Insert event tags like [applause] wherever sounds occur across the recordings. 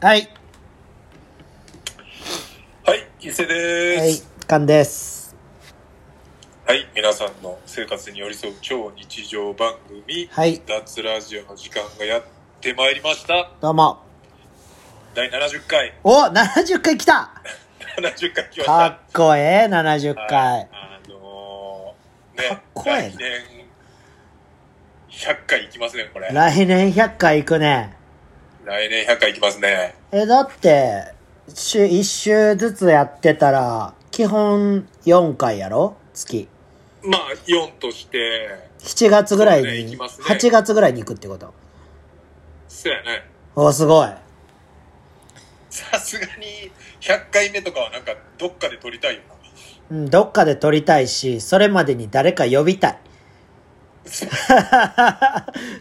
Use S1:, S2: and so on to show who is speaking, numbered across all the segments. S1: はい。
S2: はい、伊勢で
S1: はい
S2: す。。
S1: カンです。
S2: はい、皆さんの生活に寄り添う超日常番組、
S1: はい
S2: 脱ラジオの時間がやってまいりました。
S1: どうも。
S2: 第70回、
S1: お !70 回来た
S2: 70回来ました。
S1: かっこええ、70
S2: はい
S1: 回。
S2: あのー、
S1: か
S2: ね
S1: っ、こええ
S2: 来年、100回いきますね、これ。
S1: 来年100回行くね。
S2: 来年100回いきますね。
S1: え、だって、週、1週ずつやってたら、基本4回やろ月。
S2: まあ、4として、
S1: 7月ぐらい
S2: そうね行
S1: に、
S2: きますね
S1: 8月ぐらいに行くってこと。
S2: そうやね。
S1: お、すごい。
S2: さすがに、100回目とかはなんか、どっかで撮りたいよな。
S1: うん、どっかで撮りたいし、それまでに誰か呼びたい。 [laughs]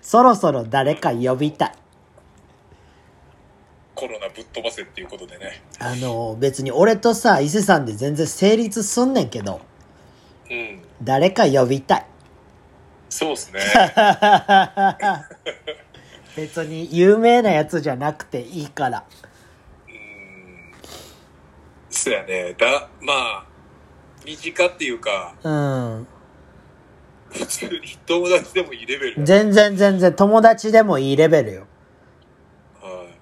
S1: そろそろ誰か呼びたい。
S2: コロナぶっ飛ばせっていうことでね。
S1: あの、別に俺とさ、伊勢さんで全然成立すんねんけど、
S2: うん。
S1: 誰か呼びたい。
S2: そうですね。
S1: 別に有名なやつじゃなくていいから。
S2: うーん。そうやね。だ、まあ、身近っていうか、
S1: うん。
S2: 普通に友達でもいいレベルやね。
S1: 全然全然友達でもいいレベルよ。
S2: はい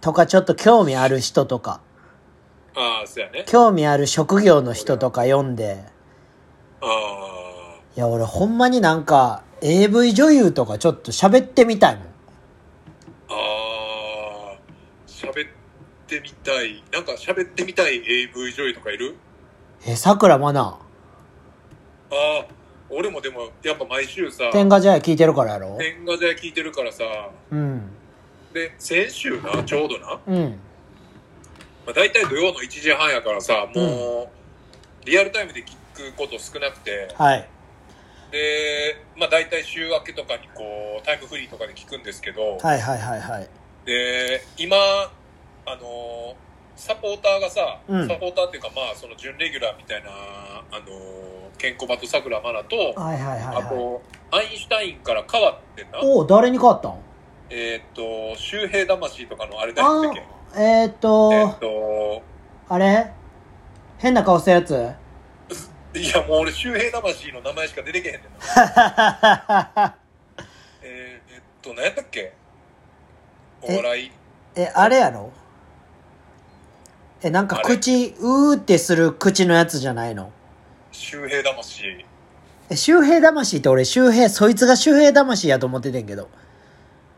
S1: とかちょっと興味ある人とか、
S2: ああ、そうやね。
S1: 興味ある職業の人とか読んで、
S2: あ
S1: いや俺ほんまになんか AV 女優とかちょっと喋ってみたいもん。
S2: あ、ああ、喋ってみたい。なんか喋ってみたい AV 女優とかいる
S1: え、桜まな、
S2: ああ、俺もでも、やっぱ毎週さ、
S1: 天下茶屋聞いてるからやろ
S2: 天下茶屋聞いてるからさ、
S1: うん。
S2: で、先週な、ちょうどな、ま
S1: うん。
S2: あ、大体土曜の1時半やからさ、もう、リアルタイムで聞くこと少なくて、
S1: はい。
S2: で、まあ、大体週明けとかにこうタイムフリーとかで聞くんですけど、
S1: はいはいはいはい。
S2: で今、あのーサポーターがさ、
S1: うん
S2: サポーターっていうか、まあ、その準レギュラーみたいな、あのー、ケンコバとさくらまなと、
S1: はいはいはい、
S2: あ
S1: はい。
S2: と、アインシュタインから変わってんな、
S1: おお、誰に変わったん
S2: えーっと、周平魂とかのあれだ
S1: あ
S2: っけ
S1: ーえー、っと、
S2: えーっと、
S1: あれ変な顔した [laughs] やつはい
S2: や、もう俺、周平魂の名前しか出てけへんねんな。
S1: は
S2: えーえっと、何やったっけお笑い。
S1: え、あれやろえ、なんか口、うーってする口のやつじゃないの
S2: 周平魂。
S1: え、周平魂って俺、周平、そいつが周平魂やと思っててんけど。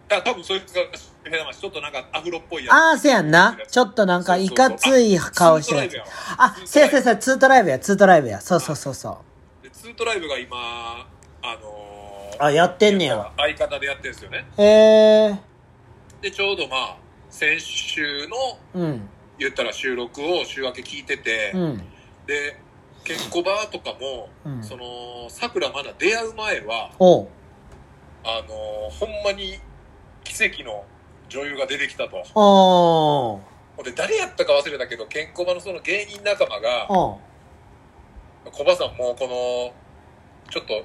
S2: あ多分そいつが下手な話ちょっとなんかアフロっぽいやつ
S1: ああ、せやんな。ちょっとなんかいかつい顔してるやつ。あ、せやせやせや、ツートライブや、ツートライブや。そうそうそうそう。
S2: でツートライブが今あのー
S1: あやってんねや
S2: 相方でやってるんですよね
S1: えー、
S2: でちょうどまあ先週の
S1: うん、
S2: 言ったら収録を週明け聞いてて、
S1: うん、
S2: でケンコバとかも、
S1: うん
S2: そのさくらまだ出会う前は
S1: おう。
S2: あのーほんまに奇跡の女優が出てきたと
S1: おー、
S2: ほんで誰やったか忘れたけどケンコバのその芸人仲間が
S1: おう。
S2: コバさんもこのちょっと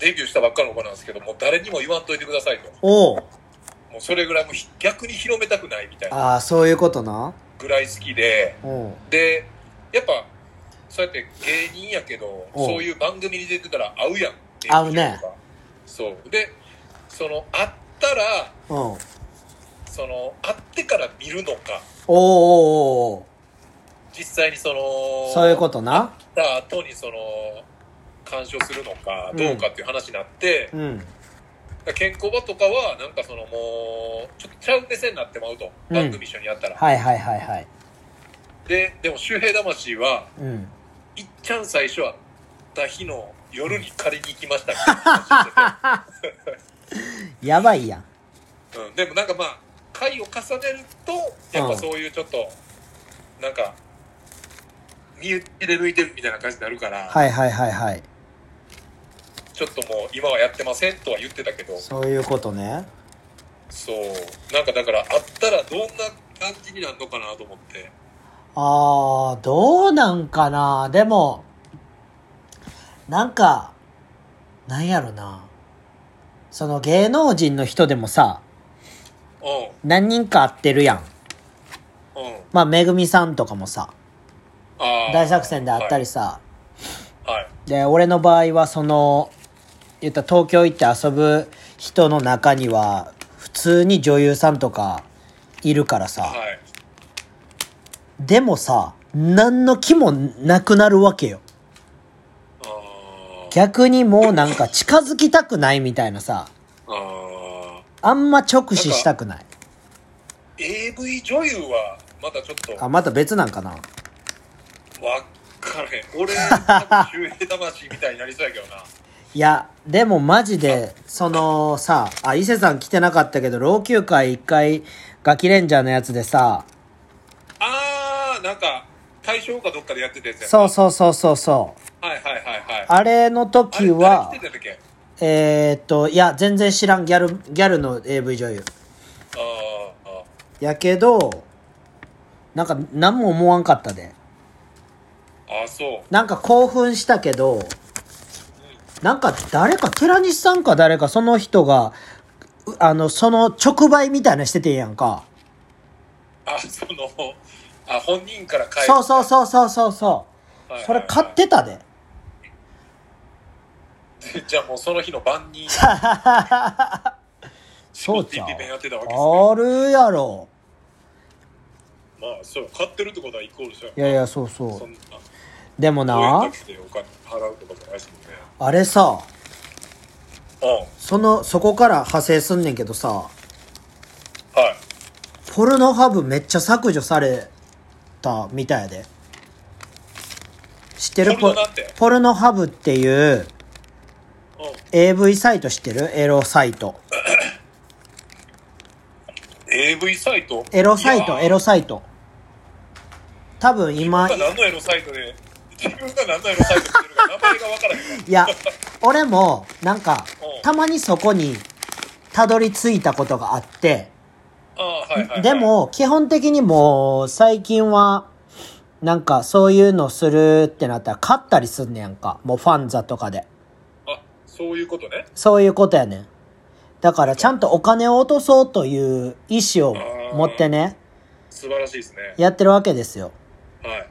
S2: デビューしたばっかの子なんですけどもう誰にも言わんといてくださいと
S1: おう。
S2: もうそれぐらいもうひ逆に広めたくないみたいな
S1: ああ、そういうことな。
S2: ぐらい好きで
S1: おう。
S2: でやっぱそうやって芸人やけど
S1: おう
S2: そういう番組に出てたら合うやん
S1: 合うね
S2: そうでその会ったら
S1: おう。
S2: その会ってから見るのか
S1: おーおーおーお
S2: 実際にその
S1: ーそういうことな。
S2: とた後にその鑑賞するのかどうかっていう話になって、
S1: うん。
S2: 健康場とかはなんかそのもうちょっとちゃう目線になってまうと
S1: うん
S2: 番組一緒にやったら、
S1: はいはいはいはい。
S2: ででも周平魂は
S1: うん。
S2: いっちゃん最初会った日の夜に借りに行きましたみたいな話
S1: [laughs]
S2: して
S1: やばいやん。
S2: て、うん、でもなんかまあ回を重ねるとやっぱそういうちょっとなんか身内で抜いてるみたいな感じになるから、
S1: はいはいはいはい。
S2: ちょっともう今はやってませんとは言ってたけど
S1: そういうことね。
S2: そうなんかだから会ったらどんな感じになるのかなと思って
S1: ああ、どうなんかな。でも、なんか、なんやろな。その芸能人の人でもさ、
S2: うん
S1: 何人か会ってるやん。
S2: うん。
S1: まあ、めぐみさんとかもさ、
S2: ああ。
S1: 大作戦であったりさ、
S2: はい。
S1: で、俺の場合はその、言ったら東京行って遊ぶ人の中には、普通に女優さんとかいるからさ、
S2: はい。
S1: でもさ、何の気もなくなるわけよ。
S2: ああ。
S1: 逆にもうなんか近づきたくないみたいなさ、
S2: ああ。
S1: あんま直視したくない。
S2: AV 女優は、まだちょっと、
S1: あ、また別なんかな
S2: わか
S1: [laughs]
S2: れん。俺、多分周平魂みたいになりそうやけどな。
S1: いや、でもマジで、そのさ、あ、伊勢さん来てなかったけど、老朽会一回、ガキレンジャーのやつでさ、
S2: あー、なんか、大正かどっかでやってたやつやん
S1: そうそうそうそうそう。
S2: はいはいはいはい。
S1: あれの時は
S2: あれ誰来、てたんだっけ
S1: えー、っと、いや、全然知らんギャル、ギャルの AV 女優。
S2: あーあ
S1: やけど、なんか、何も思わんかったで。
S2: ー、あーそう。
S1: なんか興奮したけど、なんか誰か、寺西さんか誰か、その人が、うあの、その直売みたいなのしててんやんか。
S2: あ、その、あ、本人から帰る。
S1: そうそうそうそうそうそう。
S2: はいはいはい
S1: それ買ってたで。
S2: じゃあもうその日の
S1: [laughs]
S2: 晩に、
S1: そうちゃう
S2: 仕事行ってイベントやってたわけですね。
S1: あるやろ。
S2: まあ、そう、買ってるってことはイコールじゃん。
S1: いやいや、そう
S2: そ
S1: そ
S2: んな、
S1: う。でも
S2: どうい
S1: な
S2: う、タでお金払うとかじゃないですも
S1: あれさ、
S2: んね。
S1: その、そこから派生すんねんけどさ、
S2: うん。はい。
S1: ポルノハブめっちゃ削除されたみたいやで。知ってる
S2: ポルノなんて
S1: ポルノハブっていう、
S2: うん。
S1: AV サイト知ってるエロサイト。
S2: AV サイト
S1: エロサイト、エ
S2: ロ。
S1: ロサイト。多分今、
S2: 自分が何のエロサイトで、自分が何のエロサイトしてるか名前がわからへん。
S1: いや、俺も、なんか
S2: う、ん
S1: たまにそこに、たどり着いたことがあって、
S2: ああ、はいはい、はい。
S1: で、も、基本的にもう、最近は、なんか、そういうのするってなったら、勝ったりすんねやんか。もう、ファンザとかで。
S2: あ、そういうことね。
S1: そういうことやねん。だから、ちゃんとお金を落とそうという意思を持ってね、
S2: 素晴らしいですね。
S1: やってるわけですよ。
S2: はい。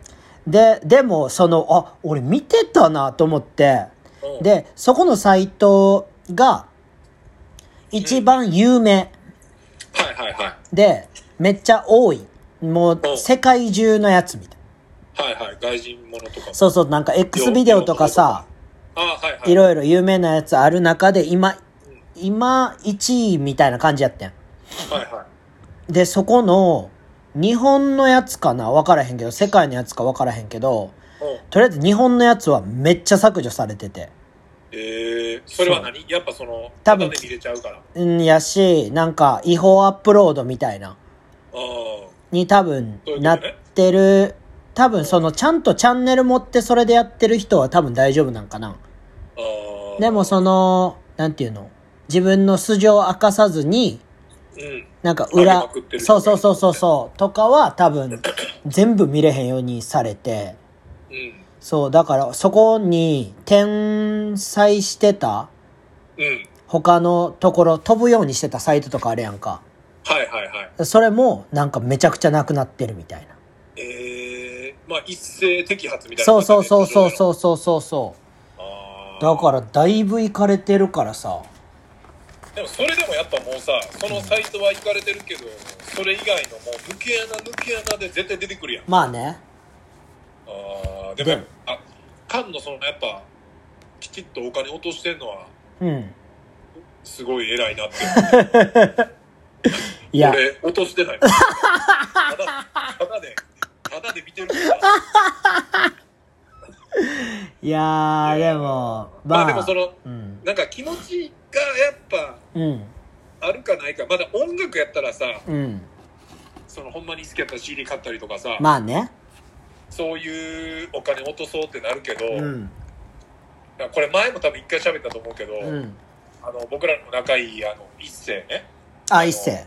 S1: で、でも、その、あ、俺見てたなと思って、
S2: うん、
S1: で、そこのサイトが、一番有名
S2: はいはいはい。
S1: で、めっちゃ多い。もう
S2: う、ん
S1: 世界中のやつみたい。
S2: はいはい。外人ものとかも。
S1: そうそう、なんか X ビデオとかさ、
S2: ああ、はいはい。
S1: いろいろ有名なやつある中で、今、今、1位みたいな感じやってん。
S2: はいは
S1: で、そこの、日本のやつかなわからへんけど、世界のやつかわからへんけど、
S2: い。うん。
S1: とりあえず日本のやつはめっちゃ削除されてて。
S2: えー、それは何やっぱその、
S1: 多分
S2: タダで見れちゃうから。あ
S1: うん、やし、なんか、違法アップロードみたいな。
S2: あ。
S1: に多分
S2: そういうことね
S1: なってる多分そのちゃんとチャンネル持ってそれでやってる人は多分大丈夫なんかな
S2: ああ。
S1: でもそのなんていうの自分の素性を明かさずに
S2: うん。
S1: なんか
S2: 上げ
S1: 裏
S2: まくってる
S1: そ
S2: 人が
S1: う
S2: いる
S1: そうそうそうそうとかは多分
S2: [laughs]
S1: 全部見れへんようにされて
S2: うん。
S1: そうだからそこに転載してた
S2: うん。
S1: 他のところ飛ぶようにしてたサイトとかあるやんか
S2: はいはいはい。
S1: それもなんかめちゃくちゃなくなってるみたいな
S2: えー、まあ一斉摘発みたいな。
S1: そうそうそうそう
S2: う。
S1: そうそうそうそう
S2: ああ。
S1: だからだいぶ行かれてるからさ
S2: でもそれでもやっぱもうさ、そのサイトは行かれてるけど、それ以外のもう抜け穴抜け穴で絶対出てくるやん。
S1: まあね
S2: あーでもやっ
S1: で
S2: ぱ、あ、菅のそのやっぱ、きちっとお金落としてんのは、
S1: うん
S2: すごい偉いなって。
S1: いや
S2: 俺、落としてない。ただ、ただで、ただで見てるから。
S1: いやーでもまあ
S2: まあでもその
S1: うん
S2: なんか気持ちがやっぱ、
S1: うん
S2: あるかないか。まだ音楽やったらさ、
S1: うん
S2: そのほんまに好きやったら CD 買ったりとかさ、
S1: まあね
S2: そういうお金落とそうってなるけど、
S1: うん
S2: これ前も多分一回喋ったと思うけど、
S1: うん
S2: あの、僕らの仲いい、あの、一世ね。
S1: あ一世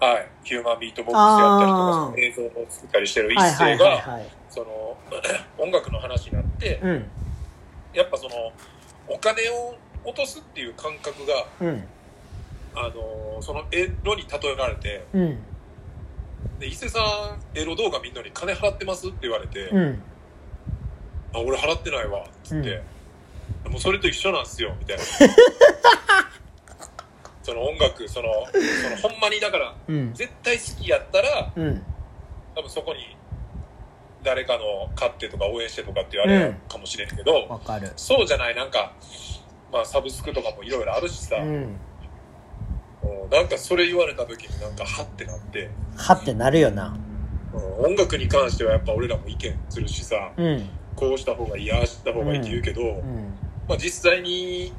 S2: はい。ヒューマンビートボックスやったりとか
S1: あー、
S2: その映像を作ったりしてる一
S1: はいは
S2: 世
S1: いはい
S2: が、
S1: はい
S2: その、 [clears throat] 音楽の話になって、
S1: うん
S2: やっぱその、お金を落とすっていう感覚が、
S1: うん
S2: あのーそのエロに例えられて、
S1: うん
S2: で伊勢さんエロ動画見んのに金払ってますって言われて、
S1: うん。
S2: あ俺払ってないわっつって、もうそれと一緒なんすよみたいな [laughs] その音楽そのそのほんまにだから
S1: うん。
S2: 絶対好きやったら
S1: うん。
S2: 多分そこに誰かの勝ってとか応援してとかって言われるかもしれんけど、
S1: わかる。
S2: そうじゃないなんかまあサブスクとかもいろいろあるしさ、
S1: うん。
S2: うんなんかそれ言われた時になんかハッてなって、
S1: はってなるよな。
S2: うん音楽に関してはやっぱ俺らも意見するしさ
S1: うん。
S2: こうした方がいいああした方がいいって言うけど、
S1: うん。
S2: まあ、実際に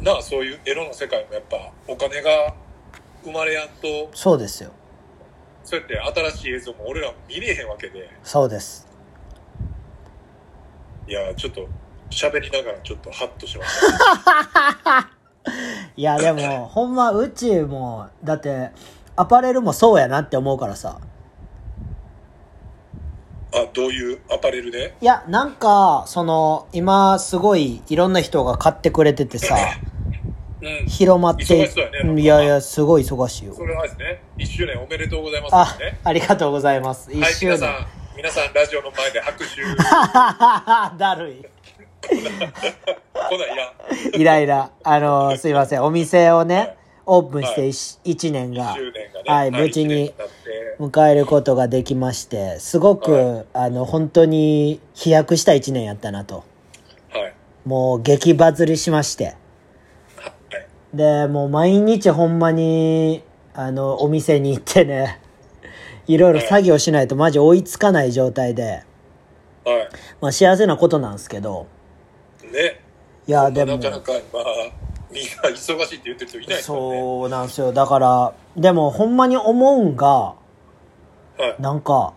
S2: なあそういうエロの世界もやっぱお金が生まれやんと
S1: そうですよ。
S2: そうやって新しい映像も俺らも見れへんわけで
S1: そうです。
S2: いやちょっと喋りながらちょっとハッとしました
S1: いや、でも、ほんま、宇宙も、だって、アパレルもそうやなって思うからさ。
S2: あどういうアパレルで
S1: いや、なんか、その、今、すごい、いろんな人が買ってくれてて
S2: [laughs]
S1: さ、
S2: うん
S1: 広まって、
S2: 忙しそうやね
S1: うんいやいや、すごい忙しいよ
S2: そ。れはですね1周年おめでとうございま
S1: あ
S2: すね、
S1: ありがとうございます。一
S2: はい
S1: 周
S2: 皆
S1: 年。
S2: さん皆さんラジオの前で拍
S1: [laughs]
S2: 手
S1: だるい。
S2: こないや
S1: イライラ。あ
S2: [laughs]
S1: の、すいません。お店をね、オープンして 1,、一年が
S2: 1周年がね
S1: はい無事に
S2: 一年経って
S1: 迎えることができまして、すごく、
S2: は
S1: あの、本当に飛躍した一年やったなと。
S2: はいはい
S1: もう激バズりしまして。で、もう毎日ほんまに、あの、お店に行ってね、 [laughs] いろいろ作業しないとマジ追いつかない状態で、
S2: は
S1: まあ幸せなことなんですけど、
S2: いね
S1: いや、で
S2: まあ
S1: も
S2: な、かなかまあみんな忙しいって言ってる人いないですからね
S1: そうなんですよ。だから、でもほんまに思うんが、
S2: はい
S1: なんか、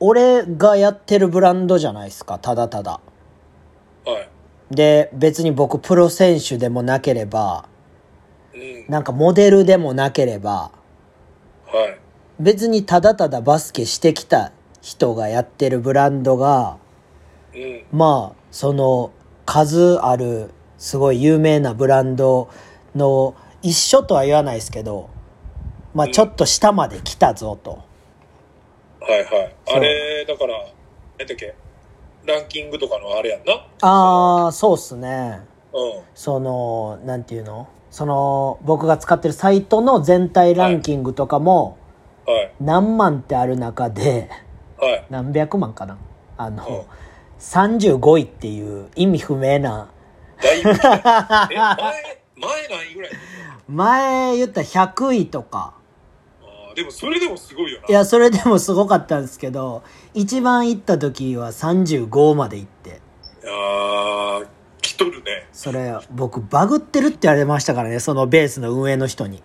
S1: 俺がやってるブランドじゃないですか、ただただ。
S2: はい
S1: で、別に僕プロ選手でもなければ、
S2: うん
S1: なんかモデルでもなければ、
S2: はい
S1: 別にただただバスケしてきた人がやってるブランドが、
S2: うん
S1: まあ、その数あるすごい有名なブランドの一緒とは言わないですけど、まあ
S2: うん
S1: ちょっと下まで来たぞと。
S2: はいはい
S1: そう
S2: あれだから何だっけランキングとかのあれやんな
S1: ああ、そうっすね。
S2: うん
S1: その、なんていうのその、僕が使ってるサイトの全体ランキングとかも、
S2: はい
S1: 何万ってある中で、
S2: はい
S1: 何百万かなあの、35位っていう意味不明な、
S2: だいぶ来たえ前前何位ぐらい
S1: 前言った100位とか、
S2: あーでもそれでもすごいよない
S1: や、それでもすごかったんですけど、一番行った時は35まで行って、
S2: あー来とるね
S1: それ、僕、バグってるって言われましたからね、そのベースの運営の人に。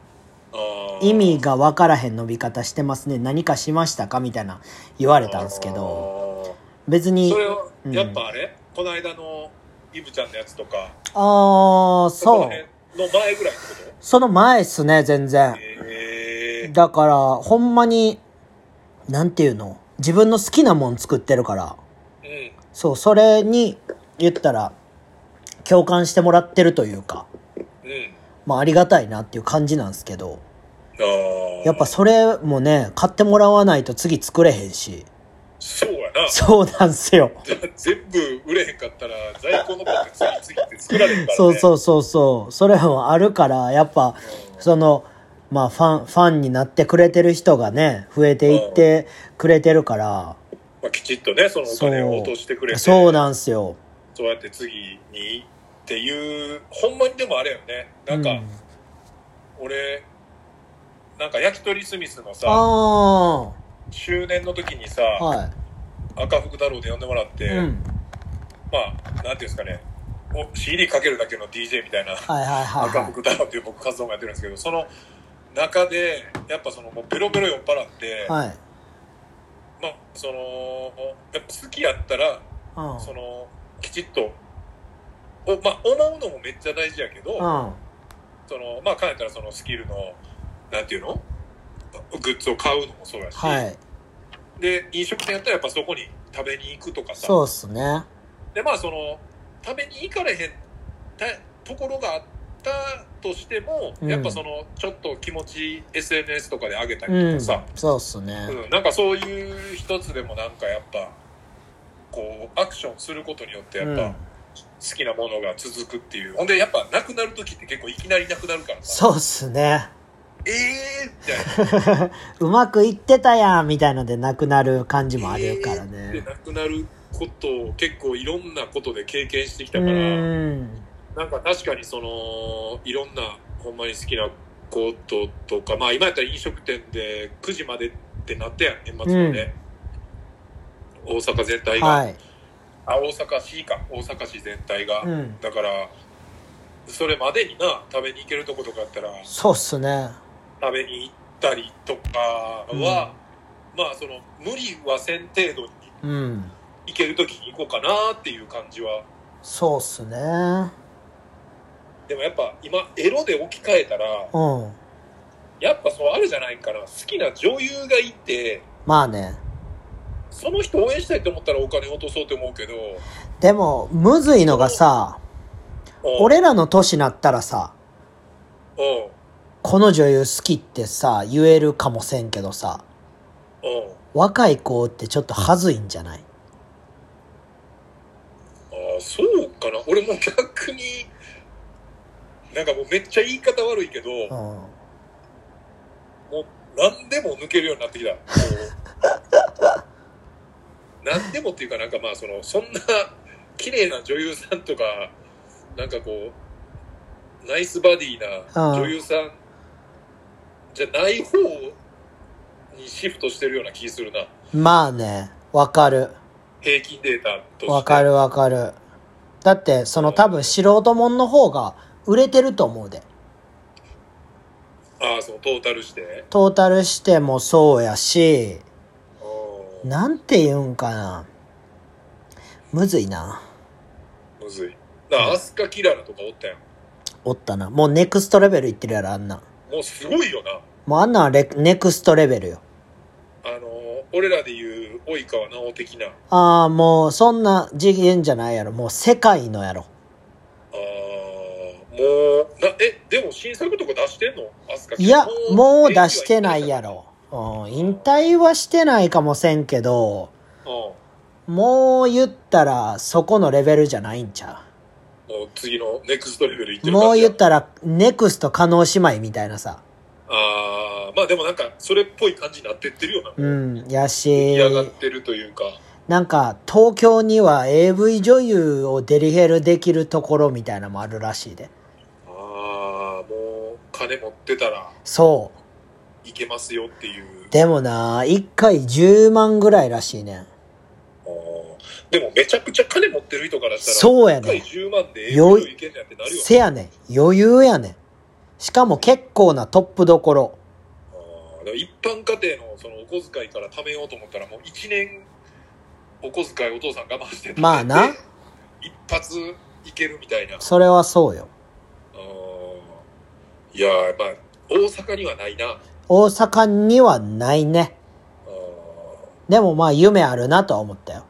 S2: あー
S1: 意味が分からへん伸び方してますね何かしましたかみたいな言われたんですけど別
S2: あー
S1: に
S2: それは
S1: うん
S2: やっぱあれ、この間のイブちゃんのやつとか
S1: ああそ
S2: この辺
S1: う
S2: の前ぐらいってこ
S1: その前っすね全
S2: と
S1: 然
S2: えー、
S1: だからほんまになんていうの自分の好きなもん作ってるから
S2: うん
S1: そうそれに言ったら共感してもらってるというか
S2: うん
S1: まあありがたいなっていう感じなんですけど
S2: あー
S1: やっぱそれもね買ってもらわないと次作れへんし
S2: そうやな
S1: そうなんすよ
S2: 全部売れへんかったら在庫のパンが次々って作られるから、ね、
S1: そう
S2: う
S1: そうそうそう。それもあるから、やっぱ、その、まあ、ファン、ファンになってくれてる人がね、増えていってくれてるから、
S2: まあ、きちっとねそのお金
S1: そう
S2: を落としてくれて
S1: そうなんすよ。
S2: そうやって次にっていうほんまにでもあれよねなんか、
S1: うん
S2: 俺なんか焼き鳥スミスのさ
S1: あ
S2: 周年の時にさ、
S1: あ、は
S2: 赤福太郎で呼んでもらって、
S1: い。うん。
S2: まあなんていうんですかねお CD かけるだけの DJ みたいな
S1: はいはいはい
S2: 赤
S1: はい。
S2: 福太郎っていう僕活動もやってるんですけどその中でやっぱそのもうベロベロ酔っ払って、
S1: はい。
S2: まあそのやっぱ好きやったら
S1: うん。
S2: そのきちっとおまあ思うのもめっちゃ大事やけど、
S1: うん。
S2: そのまあかねたらそのスキルのなんていうのグッズを買うのもそうやし、
S1: はい。
S2: で飲食店やったらやっぱそこに食べに行くとかさ
S1: そうっすね。
S2: でまあその食べに行かれへんたところがあっったとしても、
S1: うん
S2: やっぱその、ちょっと気持ち SNS とかで上げた
S1: う
S2: りと
S1: ん
S2: かさ、
S1: そうっすね
S2: うんなんかそういう一つでもなんかやっぱ、こう、アクションすることによってやっぱ、
S1: うん
S2: 好きなものが続くっていう。ほんで、やっぱ、なくなるときって結構いきなりなくなるからさ。
S1: そうっすね [laughs]
S2: ええーみたいな。
S1: うまくいってたやんみたいのでなくなる感じもあるから
S2: えーっ
S1: ね
S2: てなくなることを結構いろんなことで経験してきた
S1: う
S2: から、
S1: ん
S2: なんか確かにその、いろんな、ほんまに好きなこととか、まあ今やったら飲食店で9時までってなったやん、年末まで。大阪全体が。
S1: はい
S2: あ、大阪市か。大阪市全体が。
S1: うん
S2: だから、それまでにな、食べに行けるとことかあったら、
S1: そうっすね
S2: 食べに行ったりとかは、まあその無理はせん程度に
S1: うん
S2: 行ける時に行こうかなっていう感じは
S1: そうっすね
S2: でもやっぱ今エロで置き換えたら
S1: うん
S2: やっぱそうあるじゃないかな好きな女優がいて
S1: まあね
S2: その人応援したいと思ったらお金落とそうと思うけど
S1: でもむずいのがさ
S2: うん
S1: 俺らの年なったらさ
S2: うん
S1: この女優好きってさ言えるかもせんけどさ
S2: うん
S1: 若い子ってちょっと恥ずいんじゃない
S2: ああそうかな俺も逆になんかもうめっちゃ言い方悪いけど
S1: う
S2: も
S1: ん
S2: う何でも抜けるようになってきたも
S1: [laughs]
S2: う何でもっていうかなんかまあそのそんな綺麗な女優さんとかなんかこうナイスバディな女優さんじゃない方にシフトしてるような気するな
S1: まあねわかる
S2: 平均データとして
S1: わかるわかるだってその多分素人もんの方が売れてると思うで
S2: ああそのトータルして
S1: トータルしてもそうやし
S2: うん
S1: なんて言うんかなむずいな
S2: むずい。だからアスカキララとかおったやん。
S1: おったなもうネクストレベルいってるやろあんなん
S2: もうすごいよな。
S1: もうあんなんはレネクストレベルよ
S2: あの、俺らで言う、及川直的な。あ
S1: ああもうそんな次元じゃないやろもう世界のやろ
S2: ーもう、な、え、でも新作とか出してんのアスカ
S1: い
S2: キラ
S1: や
S2: ラ
S1: もう出してないや。
S2: も
S1: ろ、うん、引退はしてないかもせんけど
S2: うも
S1: もう言ったらそこのレベルじゃないんちゃ
S2: うんもう次のネクストレベルいって
S1: う
S2: る感じや
S1: もう言ったらネクスト加納姉妹みたいなさ
S2: あーまあでもなんか、それっぽい感じになってってるよな。
S1: うんや
S2: 出
S1: し
S2: 来上がってるというか。
S1: なんか東京には AV 女優をデリヘルできるところみたいなのもあるらしいで
S2: ああ、もう、金持ってたら
S1: そ
S2: いけますよっていう。
S1: うでもな1回10万ぐらいらしいねん
S2: あーでもめちゃくちゃ金持ってる人からしたら、
S1: そうやねん
S2: 一回10万で営
S1: よ
S2: 業
S1: い
S2: いけんじゃんってなるよ。
S1: せやねん余裕やねんしかも結構なトップどころ
S2: あーだから一般家庭のそのお小遣いから貯めようと思ったら、もう1年お小遣いお父さん我慢して貯めて
S1: まあな。
S2: 一発いけるみたいな。あ
S1: それはそうよ
S2: ーいやー、まあ、大阪にはないな。あ
S1: 大阪にはないね
S2: ー
S1: でもまあ夢あるなとは思ったよ、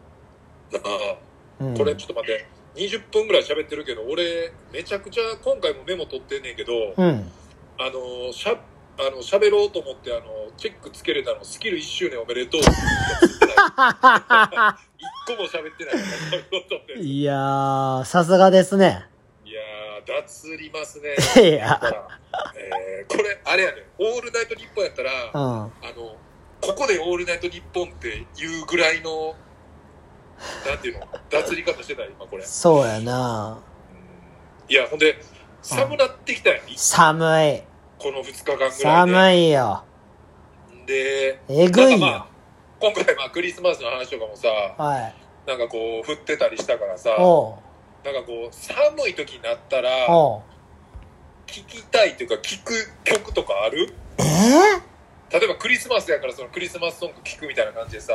S2: なあ
S1: うん、
S2: これちょっと待って。20分ぐらい喋ってるけど、俺、めちゃくちゃ今回もメモ取ってんねんけど、
S1: うん
S2: あのしゃあの喋ろうと思ってあのチェックつけれたのスキル1周年おめでとう [laughs] って言ってない一個も喋ってない喋ろうと
S1: [laughs]
S2: 思って
S1: いやー、さすがですね。
S2: いやー脱りますね
S1: [laughs] いや
S2: だから、えーこれあれやね「オールナイトニッポン」やったら
S1: う
S2: あ
S1: ん。
S2: のここで「オールナイトニッポン」っていうぐらいのなんていうの脱り方してたよ今これ
S1: そうやな
S2: うんいやほんで寒なってきたよ、
S1: 寒い。
S2: この2日間ぐらいで
S1: 寒いよ。
S2: で
S1: えぐ
S2: な
S1: い
S2: んか
S1: よ
S2: まあ。今回まあクリスマスの話とかもさ
S1: はい。
S2: なんかこう降ってたりしたからさなんか
S1: おう。
S2: こう寒い時になったら
S1: おう。
S2: 聞きたいというか聞く曲とかある
S1: えー、
S2: 例えばクリスマスやからそのクリスマスソング聞くみたいな感じでさ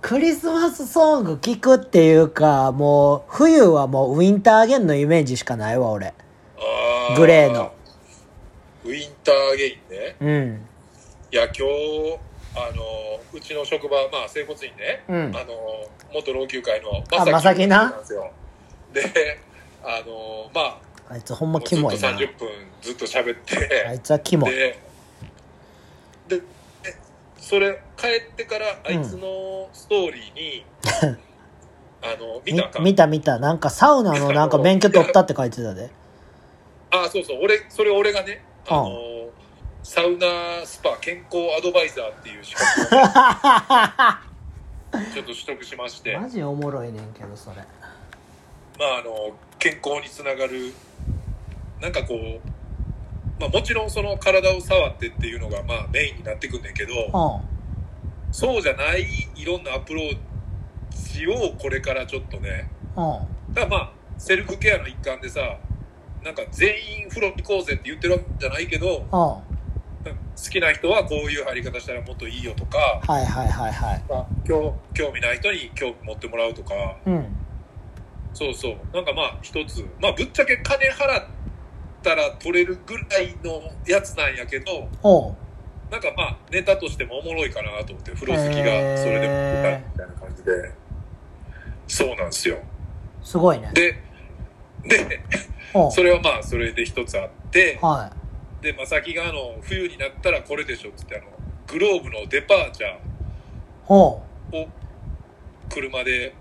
S1: クリスマスソング聞くっていうか、もう、冬はもうウィンターゲンのイメージしかないわ、俺。
S2: あ
S1: グレーの
S2: ウィンターゲインね
S1: うん。
S2: いや今日あのうちの職場まあ整骨院ね、
S1: うん
S2: あの元老朽会の
S1: あ正木な
S2: なんですよであのまあ
S1: あいつほんまキモい
S2: ずっ
S1: な
S2: と30分ずっと喋っ
S1: あい
S2: て、
S1: つはキモい
S2: ででえそれ帰ってからあいつのストーリー
S1: [laughs]
S2: に、あの見
S1: み
S2: たか
S1: 見た見たなんかサウナ [laughs] のなんか免許取ったって書いてたで
S2: あそうそう俺それ俺がねあの、サウナスパ健康アドバイザーっていう資格をね
S1: [laughs]
S2: ちょっと取得しまして
S1: マジおもろいねんけどそれ
S2: まあ、あの健康につながるなんかこう、まあ、もちろんその体を触ってっていうのがまあメインになってくんだけど
S1: う
S2: そうじゃないいろんなアプローチをこれからちょっとね
S1: んうん
S2: だからまあセルフケアの一環でさなんか全員風呂行こうぜって言ってるわけじゃないけど
S1: うんは
S2: 好きな人はこういう入り方したらもっといいよとか、
S1: いはいはいはい
S2: まあ、興興味ない人に興味持ってもらうとか
S1: うん
S2: そうそう。なんかまあ一つ、まあぶっちゃけ金払ったら取れるぐらいのやつなんやけど、
S1: おう
S2: なんかまあネタとしてもおもろいかなと思って、風呂好きがそれでも出たみたいな感じで。そうなんですよ。
S1: すごいね
S2: で、で、
S1: おう
S2: それはまあそれで一つあって、
S1: は
S2: で、まさきがあの、冬になったらこれでしょっつってあの、グローブのデパーチャ
S1: いおう
S2: ーを車で、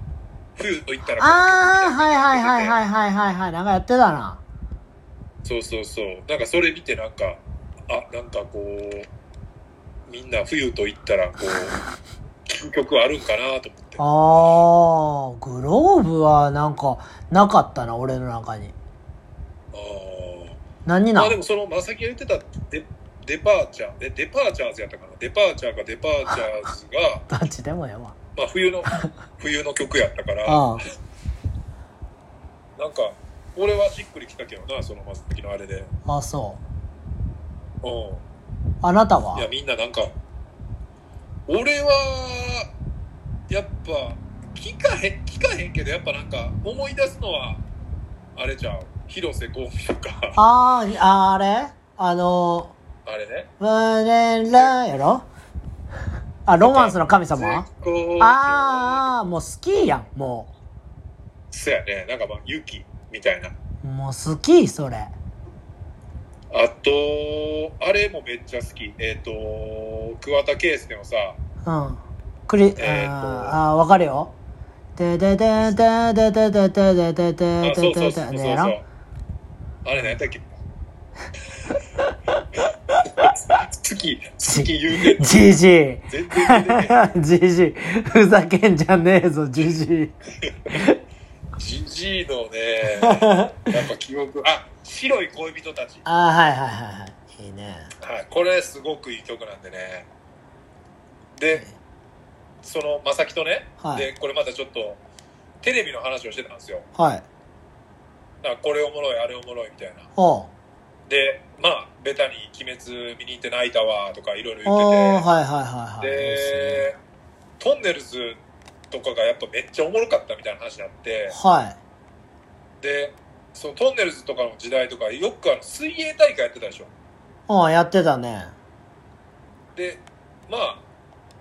S2: 冬と行ったら
S1: ああはいはいはいはいはいはいはいなんかやってたな
S2: そうそうそう。なんかそれ見てなんか、あ、なんかこう、みんな冬と言ったら [laughs] こう、聞く曲あるんかなと思って。
S1: あーグローブはなんかなかったな俺の中に
S2: あ
S1: 何
S2: あ。
S1: なん
S2: まあでもその、まさきが言ってたデデパーチャー、え、デパーチャーズやったかなデパーチャーかデパーチャーズ
S1: [laughs]
S2: が、
S1: どっちでもええわ
S2: まあ冬の、冬の曲やったから、
S1: ああ
S2: なんか、俺はしっくりきたけどな、そのまさきのあれで。
S1: あそ
S2: うん。
S1: うあなた
S2: い
S1: は
S2: や、みんななんか、俺は、やっぱ、聞かへん、聞かへんけど、やっぱなんか、思い出すのは、あれじゃう、広瀬香美と
S1: [laughs]
S2: か、
S1: あーああれあの
S2: あれね。
S1: 「ムレンラン」やろあロマンスの神様
S2: 絶好調
S1: ああもうスキーやんも
S2: そうやね、なんかまあ、ユキみたいな。
S1: うもうスキーそれ
S2: あと、あれもめっちゃ好き。えっ、と、桑田佳祐のさ、
S1: うんクリ、
S2: えーと
S1: あーあーわかるよででででででででででで
S2: あ、そうそう
S1: で
S2: そう
S1: でで
S2: そうそう。
S1: や
S2: あ
S1: ろ
S2: れ何やったっけ [laughs] 月、月言うてんの
S1: じじい
S2: 全然出てない。
S1: じじいふざけんじゃねえぞじじい
S2: ジジイの
S1: [laughs]
S2: ね、やっぱ記憶、あ、白い恋人たち。
S1: ああはいはいはいはいいいね
S2: はい、これすごくいい曲なんでね。で、その、まさきとね、
S1: はい
S2: で、これまたちょっと、テレビの話をしてたんですよ。
S1: はい
S2: なんかこれおもろい、あれおもろいみたいな。
S1: おう
S2: で、まあ、ベタに鬼滅見に行って泣いたわとかいろいろ言
S1: おー
S2: って
S1: はいはいはいはい
S2: て、
S1: いいっすね
S2: で、トンネルズとかがやっぱめっちゃおもろかったみたいな話になって、
S1: はい
S2: で、そのトンネルズとかの時代とか、よくあの水泳大会やってたでしょ。
S1: うんやってたね
S2: でまあ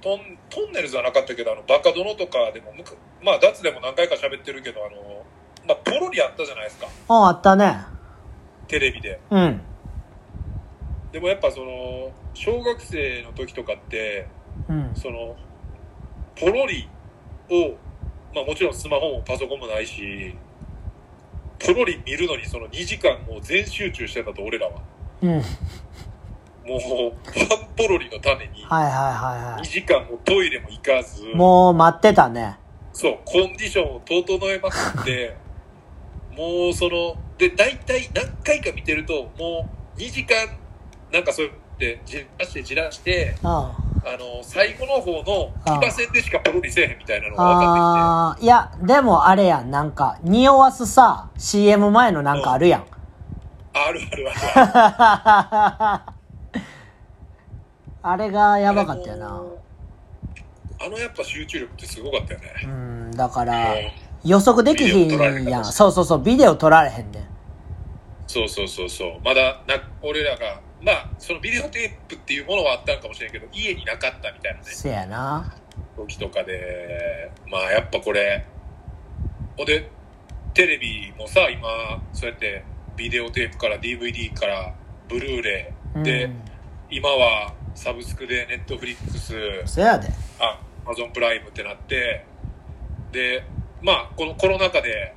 S2: トントンネルじゃなかったけどあのバカ殿とかでもむくまあ脱でも何回か喋ってるけどあの、まあ、ポロリあったじゃないですか
S1: うんあったね
S2: テレビで
S1: うん
S2: でもやっぱその小学生の時とかって
S1: うん
S2: そのポロリを、まあ、もちろんスマホもパソコンもないしポロリ見るのにその2時間もう全集中してたと俺らは
S1: うんはい
S2: もうワンポロリのために
S1: はいはいは
S2: 2時間もトイレも行かず
S1: いもう待ってたね
S2: そう、コンディションを整えまくって、もうその、で、大体何回か見てると、もう2時間、なんかそうやって、じらしてじらして、
S1: うんあ
S2: あの、最後の方の
S1: ああ
S2: 騎馬戦でしかポロリせえへんみたいなのが分か
S1: あーいやでもあれやんなんか匂わすさ CM 前のなんかあるやん [laughs]
S2: ってきて、あるあるある。
S1: あれがやばかったよ
S2: あ
S1: な
S2: の。あのやっぱ集中力ってすごかったよね。
S1: うん、だから、
S2: もう
S1: 予測できひ
S2: ビデオ撮られ
S1: ん
S2: た
S1: や
S2: ら
S1: ん。
S2: しい
S1: そうそうそう、ビデオ撮られへんねん。
S2: そうそうそうそう。まだな、俺らが、まあ、そのビデオテープっていうものはあったんかもしれんけど、家になかったみたいなね。
S1: せやな。
S2: 時とかで、まあやっぱこれ、ほんで、テレビもさ、今、そうやって、ビデオテープから DVD からブルーレ
S1: う
S2: イ
S1: ん
S2: で、今はサブスクでネットフリックス
S1: そやで
S2: あアマゾンプライムってなってでまあこのコロナ禍で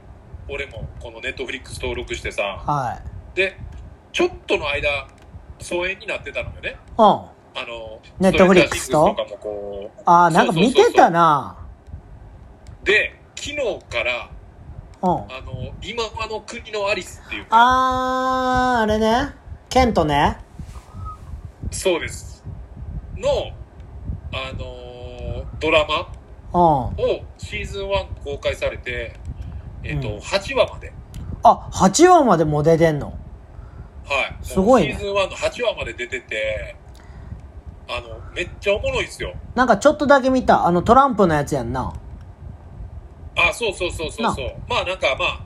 S2: 俺もこのネットフリックス登録してさ
S1: はい
S2: でちょっとの間疎遠になってたのよね
S1: うん
S2: あの
S1: Netflix と
S2: ストレンジャーシングスかもこう
S1: ああなんか見てたな
S2: で昨日から
S1: うん
S2: あの今はの国のアリスっていうか
S1: あーあれねケントね
S2: そうですのあのードラマ
S1: うん
S2: をシーズン1公開されて、えっ
S1: う
S2: と
S1: ん
S2: 8話まで、
S1: あ八8話までもう出てんの
S2: はい、
S1: すごいね
S2: シーズン1の8話まで出ててあのめっちゃおもろいですよ
S1: なんかちょっとだけ見たあのトランプのやつやんな
S2: あそうそうそうそうそうまあなんかまあ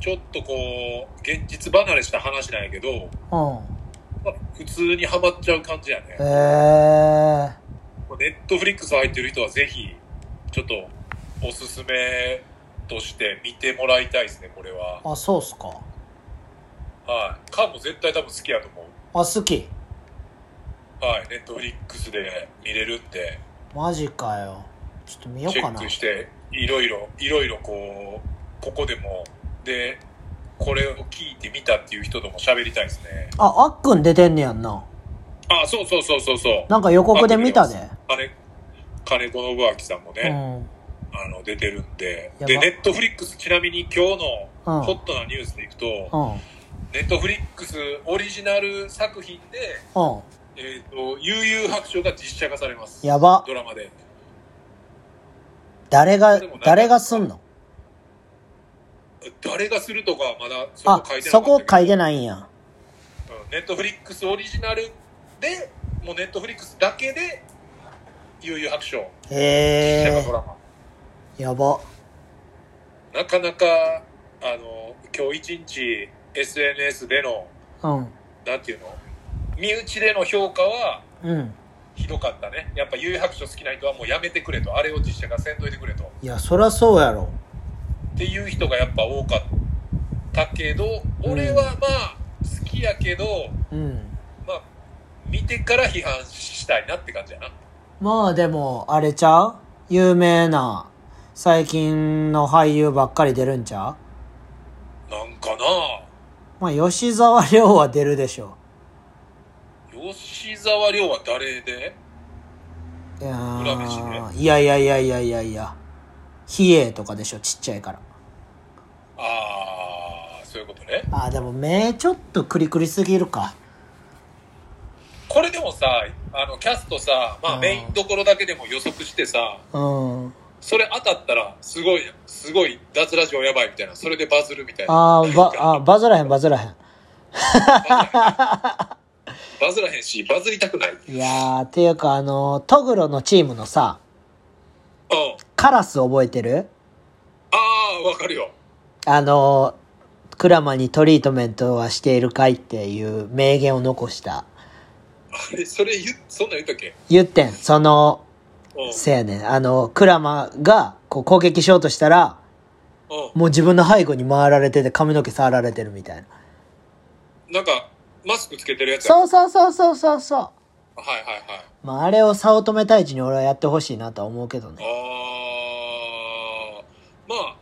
S2: ちょっとこう現実離れした話なんやけど、
S1: うん
S2: まあ、普通にハマっちゃう感じやね
S1: へえ
S2: ネットフリックス入ってる人はぜひちょっとおすすめとして見てもらいたいですねこれは
S1: あそうっすか
S2: はいカンも絶対多分好きやと思う
S1: あ好き
S2: はい、ネットフリックスで見れるんで、
S1: マジかよちょっと見よ
S2: チ
S1: う
S2: ェ
S1: か
S2: ッ
S1: な
S2: クして、いろいろ、いろいろこう、ここでも、で、これを聞いてみたっていう人とも喋りたいですね。
S1: ああっくん出てんねやんな
S2: あ、そうそうそうそうそう。
S1: なんか予告で見たで
S2: 金、金子信明さんも
S1: う
S2: ね、
S1: ん
S2: あの、出てるんで。
S1: やば
S2: で、ネットフリックス、ちなみに今日
S1: うん
S2: のホットなニュースでいく
S1: う
S2: と、
S1: ん
S2: ネットフリックスオリジナル作品で、
S1: うん
S2: えっ、と、悠々白書が実写化されます。
S1: やば
S2: ドラマで。
S1: 誰が
S2: でもなんか
S1: 誰がすんの
S2: 誰がするとかはまだそ
S1: あ
S2: こ書いてなかったけど
S1: そこ書いてないんや
S2: ネットフリックスオリジナルでもうネットフリックスだけで悠々白書
S1: へ
S2: 実写化
S1: え
S2: ドラマ
S1: やば
S2: なかなかあの今日一日 SNS での
S1: うん
S2: なんていうの身内での評価は
S1: うん
S2: ひどかったねやっぱ悠々白書好きな人はもうやめてくれとあれを実写化せんといてくれと
S1: いやそりゃそうやろ
S2: っていう人がやっぱ多かったけど俺はまあ好きやけど、
S1: うん
S2: まあ見てから批判したいなって感じやな
S1: まあでもあれちゃう有名な最近の俳優ばっかり出るんちゃ
S2: なんかな
S1: うまあ吉沢亮は出るでしょ
S2: 吉沢亮は誰で
S1: いやー
S2: 裏飯ね
S1: いやいやいやいやいやいや比叡とかでしょちっちゃいから
S2: ああそういうことね
S1: あーでも目ちょっとクリクリすぎるか
S2: これでもさあのキャストさ、
S1: う
S2: まあ、
S1: ん
S2: メインどころだけでも予測してさ
S1: うん
S2: それ当たったらすごいすごい脱ラジオやばいみたいなそれでバズるみたいな
S1: あーばあーバズらへんバズらへん
S2: バズらへんしバズりたくないうん
S1: いやーっていうかあのトグロのチームのさカラス覚えてる
S2: ああわかるよ
S1: あのクラマにトリートメントはしているかいっていう名言を残した
S2: あれそれ言っそんなん言ったっけ
S1: 言ってんその
S2: うん
S1: せやねんあのクラマがこう攻撃しようとしたら
S2: う
S1: もう自分の背後に回られてて髪の毛触られてるみたいなん
S2: なんかマスクつけてるやつや
S1: そうそうそうそうそうそう
S2: はいはいはい
S1: まああれを早乙女太一に俺はやってほしいなとは思うけどね
S2: ああまあ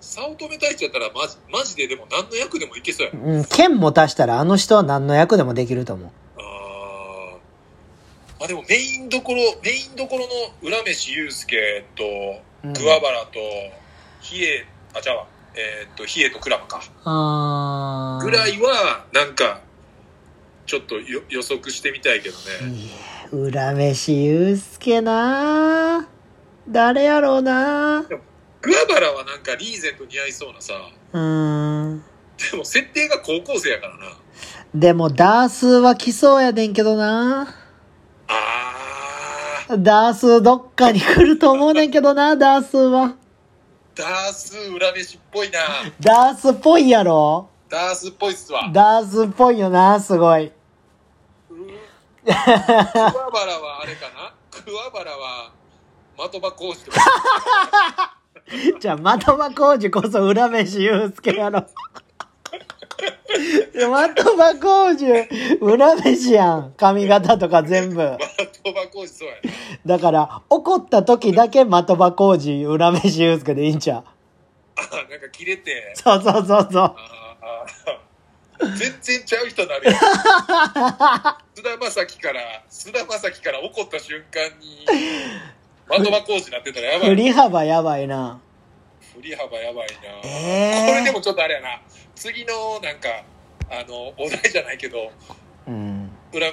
S2: 早乙女太一やったらマジマジででも何の役でもいけそうや
S1: うん剣持たしたらあの人は何の役でもできると思う
S2: あーまあでもメインどころメインどころの浦飯祐介と
S1: うん
S2: 桑原と比叡、あじゃあえーっと比叡と倉間か
S1: あー
S2: ぐらいはなんかちょっとよ予測してみたいけどね、
S1: いや浦飯祐介な誰やろうな
S2: 桑原はなんかリーゼント似合いそうなさ
S1: うーん
S2: でも設定が高校生やからな
S1: でもダースは来そうやねんけどな
S2: あー
S1: ダースどっかに来ると思うねんけどなダースは
S2: ダース裏飯っぽいな。
S1: ダースっぽいやろ
S2: ダースっぽいっすわ。
S1: ダースっぽいよなすごい
S2: 桑原はあれかな桑原は的場講師とか。 [laughs]
S1: じゃあ的場浩二こそ浦飯祐介やろ的場浩二、裏飯やん。髪型とか全部。
S2: [laughs] 的場浩二そうやな。
S1: だから、怒った時だけ的場浩二、裏飯祐介でいいんちゃう
S2: あなんか切れて、
S1: そうそうそうそう。
S2: ああ全然ちゃう人になる
S1: [laughs]
S2: よ。菅田将暉から、菅田将暉から怒った瞬間に、的場浩二になってたらやばい
S1: 振。り幅やばいな。
S2: 振り幅やばいな、
S1: えー
S2: これでもちょっとあれやな次のなんかあのお題じゃないけど
S1: うん。
S2: 浦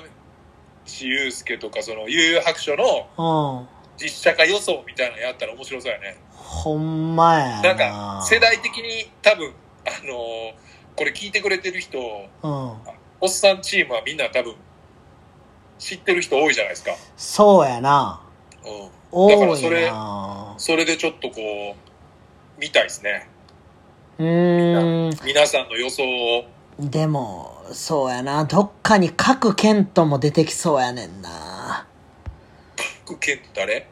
S2: 飯祐介とかその悠々白書の
S1: うん。
S2: 実写化予想みたいなのやったら面白そうやね
S1: ほんまやな。
S2: なんか世代的に多分あのこれ聞いてくれてる人
S1: うん。
S2: おっさんチームはみんな多分知ってる人多いじゃないですか、
S1: そうやな。
S2: うん、
S1: 多
S2: だからそ
S1: い
S2: れ
S1: な。
S2: それでちょっとこう見たいですね
S1: うーん。
S2: 皆さんの予想を
S1: でも、そうやな。どっかに各県とも出てきそうやねんな。
S2: 各県と誰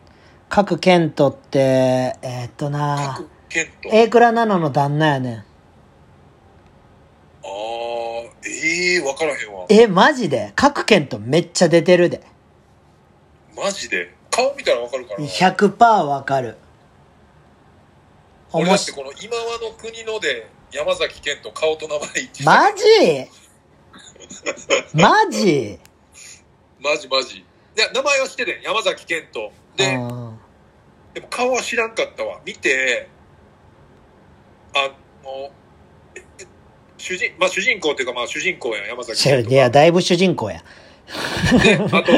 S1: 各県とって、えーっとな
S2: 各、県と
S1: A 倉奈々の旦那やねん。
S2: ああ、ええー、分からへんわ。
S1: え、マジで各県とめっちゃ出てるで。
S2: マジで顔見たら分かるからな。
S1: 100%わかる。お
S2: 俺だ
S1: も
S2: って
S1: し、
S2: この今和の国ので山崎健と顔と名前一致した
S1: マ
S2: [laughs]
S1: ジマジ
S2: マジマジ。いや、名前は知っててん、山崎健と。で、
S1: うん
S2: でも顔は知らんかったわ。見て、あの、ええ主人、まあ主人公っていうかまあ主人公やん、山崎
S1: ちょ
S2: 健と
S1: い。や、だいぶ主人公や。
S2: で、あと、なんてい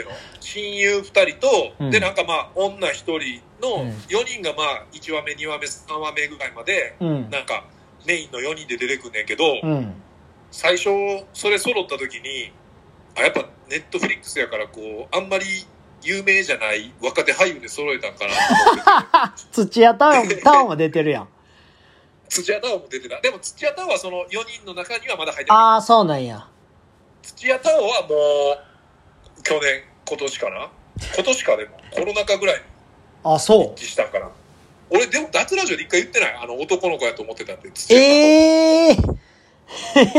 S2: うの親友二人と、
S1: うん
S2: で、なんかまあ女一人
S1: う
S2: の
S1: ん
S2: 四人がまあ一話目、二話目、三話目ぐらいまで、
S1: うん。
S2: なんかメインの4人で出てくんねんけど、
S1: うん。
S2: 最初それ揃った時にあやっぱネットフリックスやからこうあんまり有名じゃない若手俳優で揃えたんかな [laughs] と思って
S1: 土屋太鳳太鳳も出てるやん。
S2: 土屋太鳳も出てたでも土屋太鳳はその4人の中にはまだ入ってない
S1: ああ、そうなんや。
S2: 土屋太鳳はもう去年今年かな今年かでもコロナ禍ぐらいに
S1: あ、そ
S2: 実したんかな俺でも脱ラジオで一回言ってないあの男の子やと思ってたって
S1: う。
S2: 土屋太
S1: ええ
S2: 鳳多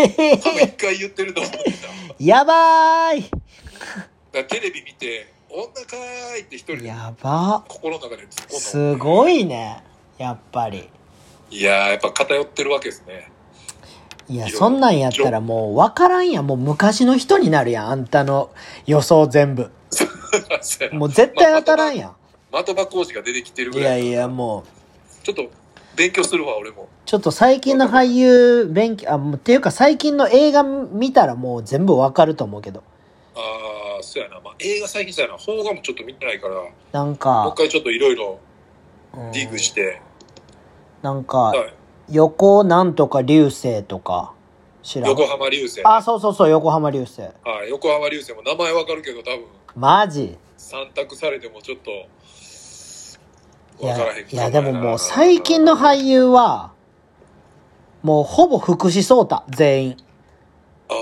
S2: 分一回言ってると思ってた
S1: ー、やばー
S2: だからテレビ見て「女かーい」って一人
S1: い。
S2: で
S1: やば。
S2: 心の中で突っ込んだ
S1: すごいね。やっぱり。
S2: いやーやっぱ偏ってるわけですね
S1: いや、
S2: いろいろ
S1: そんなんやったらもう分からんやん。もう昔の人になるやん。あんたの予想全部。
S2: [laughs]
S1: もう絶対当たらんや
S2: 的場浩司が出てきてる
S1: ん。
S2: ぐ
S1: い
S2: ら
S1: や
S2: い
S1: いや、もう。
S2: ちょっと勉強するわ俺も
S1: ちょっと最近の俳優勉強、あ、もうっていうか最近の映画見たらもう全部わかると思うけど。
S2: ああそうやな、まあ、映画最近そうやな邦画もちょっと見てないからも
S1: なん
S2: う
S1: か
S2: 一、回ちょっといろいろ
S1: うん
S2: ディグして、
S1: なんか
S2: は、い、
S1: 横なんとか流星とか、知らん
S2: 横。浜流星
S1: あ、そうそうそう、横浜流星。
S2: はい、横浜流星も名前わかるけど多分
S1: マジ
S2: 三択されてもちょっと
S1: い
S2: わから
S1: や、
S2: へん
S1: い
S2: けど
S1: やでももう最近の俳優は、もうほぼ福士蒼太、全員。
S2: ああ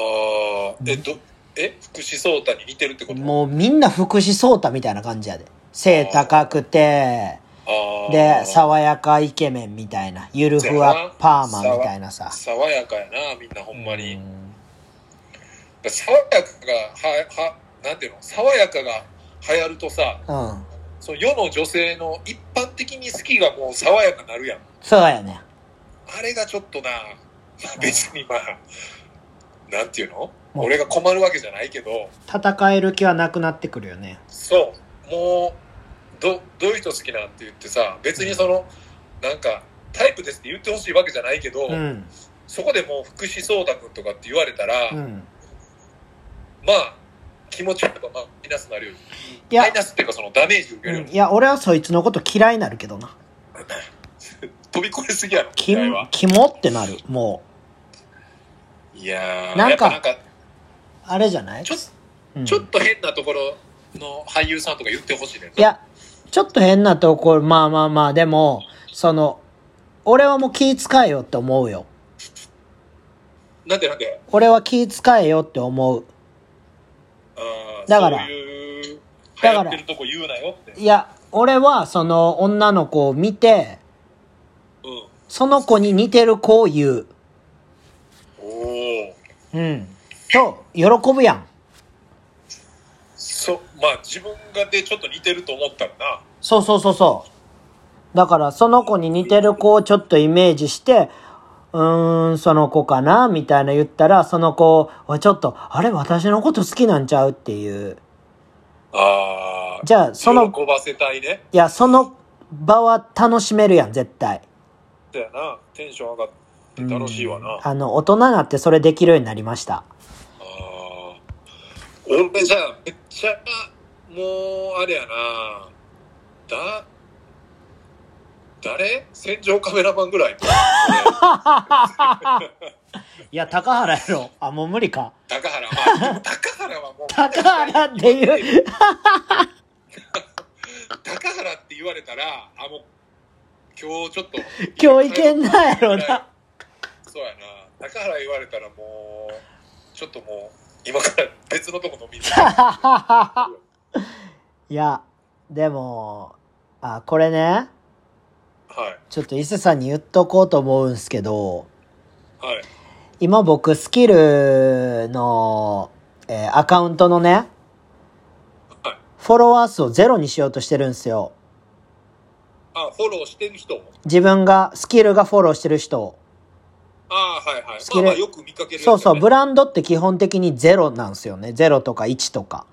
S2: えどえ福士蒼汰に似てるってこと
S1: もうみんな福士蒼太みたいな感じやで。背高くて、
S2: あー
S1: で、爽やかイケメンみたいな。ゆるふわパーマみたいなさ。
S2: 爽やかやなみんなほんまに、
S1: うん
S2: 爽やかがははなんていうの爽やかが流行るとさ
S1: うん。
S2: その世の女性の一般的に好きがもう爽やかなるやん
S1: そうやね。
S2: あれがちょっとなまあ別にまあなんていうの
S1: もう
S2: 俺が困るわけじゃないけど
S1: 戦える気はなくなってくるよね。
S2: そうもうどどういう人好きなんって言ってさ別にその、なんかタイプですって言ってほしいわけじゃないけど、
S1: うん。
S2: そこでもう福士蒼汰君とかって言われたら、
S1: うん。
S2: まあ、気持ちよくば、まあ、マイナスになるよ。
S1: いや
S2: マイナスっていうか、そのダメージ受けるよ
S1: うんいや、俺はそいつのこと嫌いになるけどな。
S2: 飛び越えすぎやろ、
S1: キ
S2: 嫌い
S1: モ
S2: は、。
S1: キモってなる。も
S2: いやー、
S1: なんか
S2: やっぱなんか
S1: う、あれじゃない
S2: ちょ
S1: うん
S2: ちょっと変なところの俳優さんとか言ってほしいね。
S1: い、や、ちょっと変なところ、まあまあまあ、でも、その、俺はもう気遣えよって思うよ。
S2: なんでなんで、
S1: 俺は気遣えよって思う。
S2: あー
S1: だから
S2: そういう、流
S1: だ
S2: 行
S1: から
S2: ってるとこ言うなよって。
S1: いや、俺はその女の子を見て、
S2: うん。
S1: その子に似てる子を言う。
S2: お
S1: うん。と、喜ぶやん。
S2: そう、まあ自分がでちょっと似てると思ったらな。
S1: そうそうそうそう。だから、その子に似てる子をちょっとイメージして、うーん、その子かなみたいな言ったら、その子はちょっと、あれ私のこと好きなんちゃうっていう。
S2: ああ。
S1: じゃあ、その、
S2: 喜ばせたいね。
S1: いや、その場は楽しめるやん、絶対。
S2: だよな。テンション上がって楽しいわな。
S1: うん
S2: あ
S1: あの、大人になってそれできるようになりました。
S2: あ。俺じゃあ、めっちゃ、もう、あれやな。だ、誰戦場カメラマンぐらい。
S1: いや、高原やろ。あ、もう無理か。
S2: 高原、まあ、
S1: [laughs]
S2: でも高原はもう、
S1: 高原っていう。
S2: [laughs] 高原って言われたら、あ、もう、今日ちょっと、
S1: 今日いけんなやろな。
S2: そうやな。高原言われたらもう、ちょっともう、今から別のとこ飲
S1: [laughs]
S2: みに行く
S1: いや、でも、あ、これね、
S2: はい。
S1: ちょっと伊勢さんに言っとこうと思うんすけど、
S2: はい。
S1: 今僕スキルの、えーアカウントのね、
S2: はい。
S1: フォロワー数をゼロにしようとしてるんすよ。
S2: あ、フォローしてる人も。
S1: 自分が、スキルがフォローしてる人を。
S2: あーはいはい。
S1: 好き
S2: ま
S1: で
S2: あまあよく見かけるやつ
S1: そうそう、ブ
S2: ラ。
S1: ランドって基本的にゼロなんですよね。ゼロとか1とか。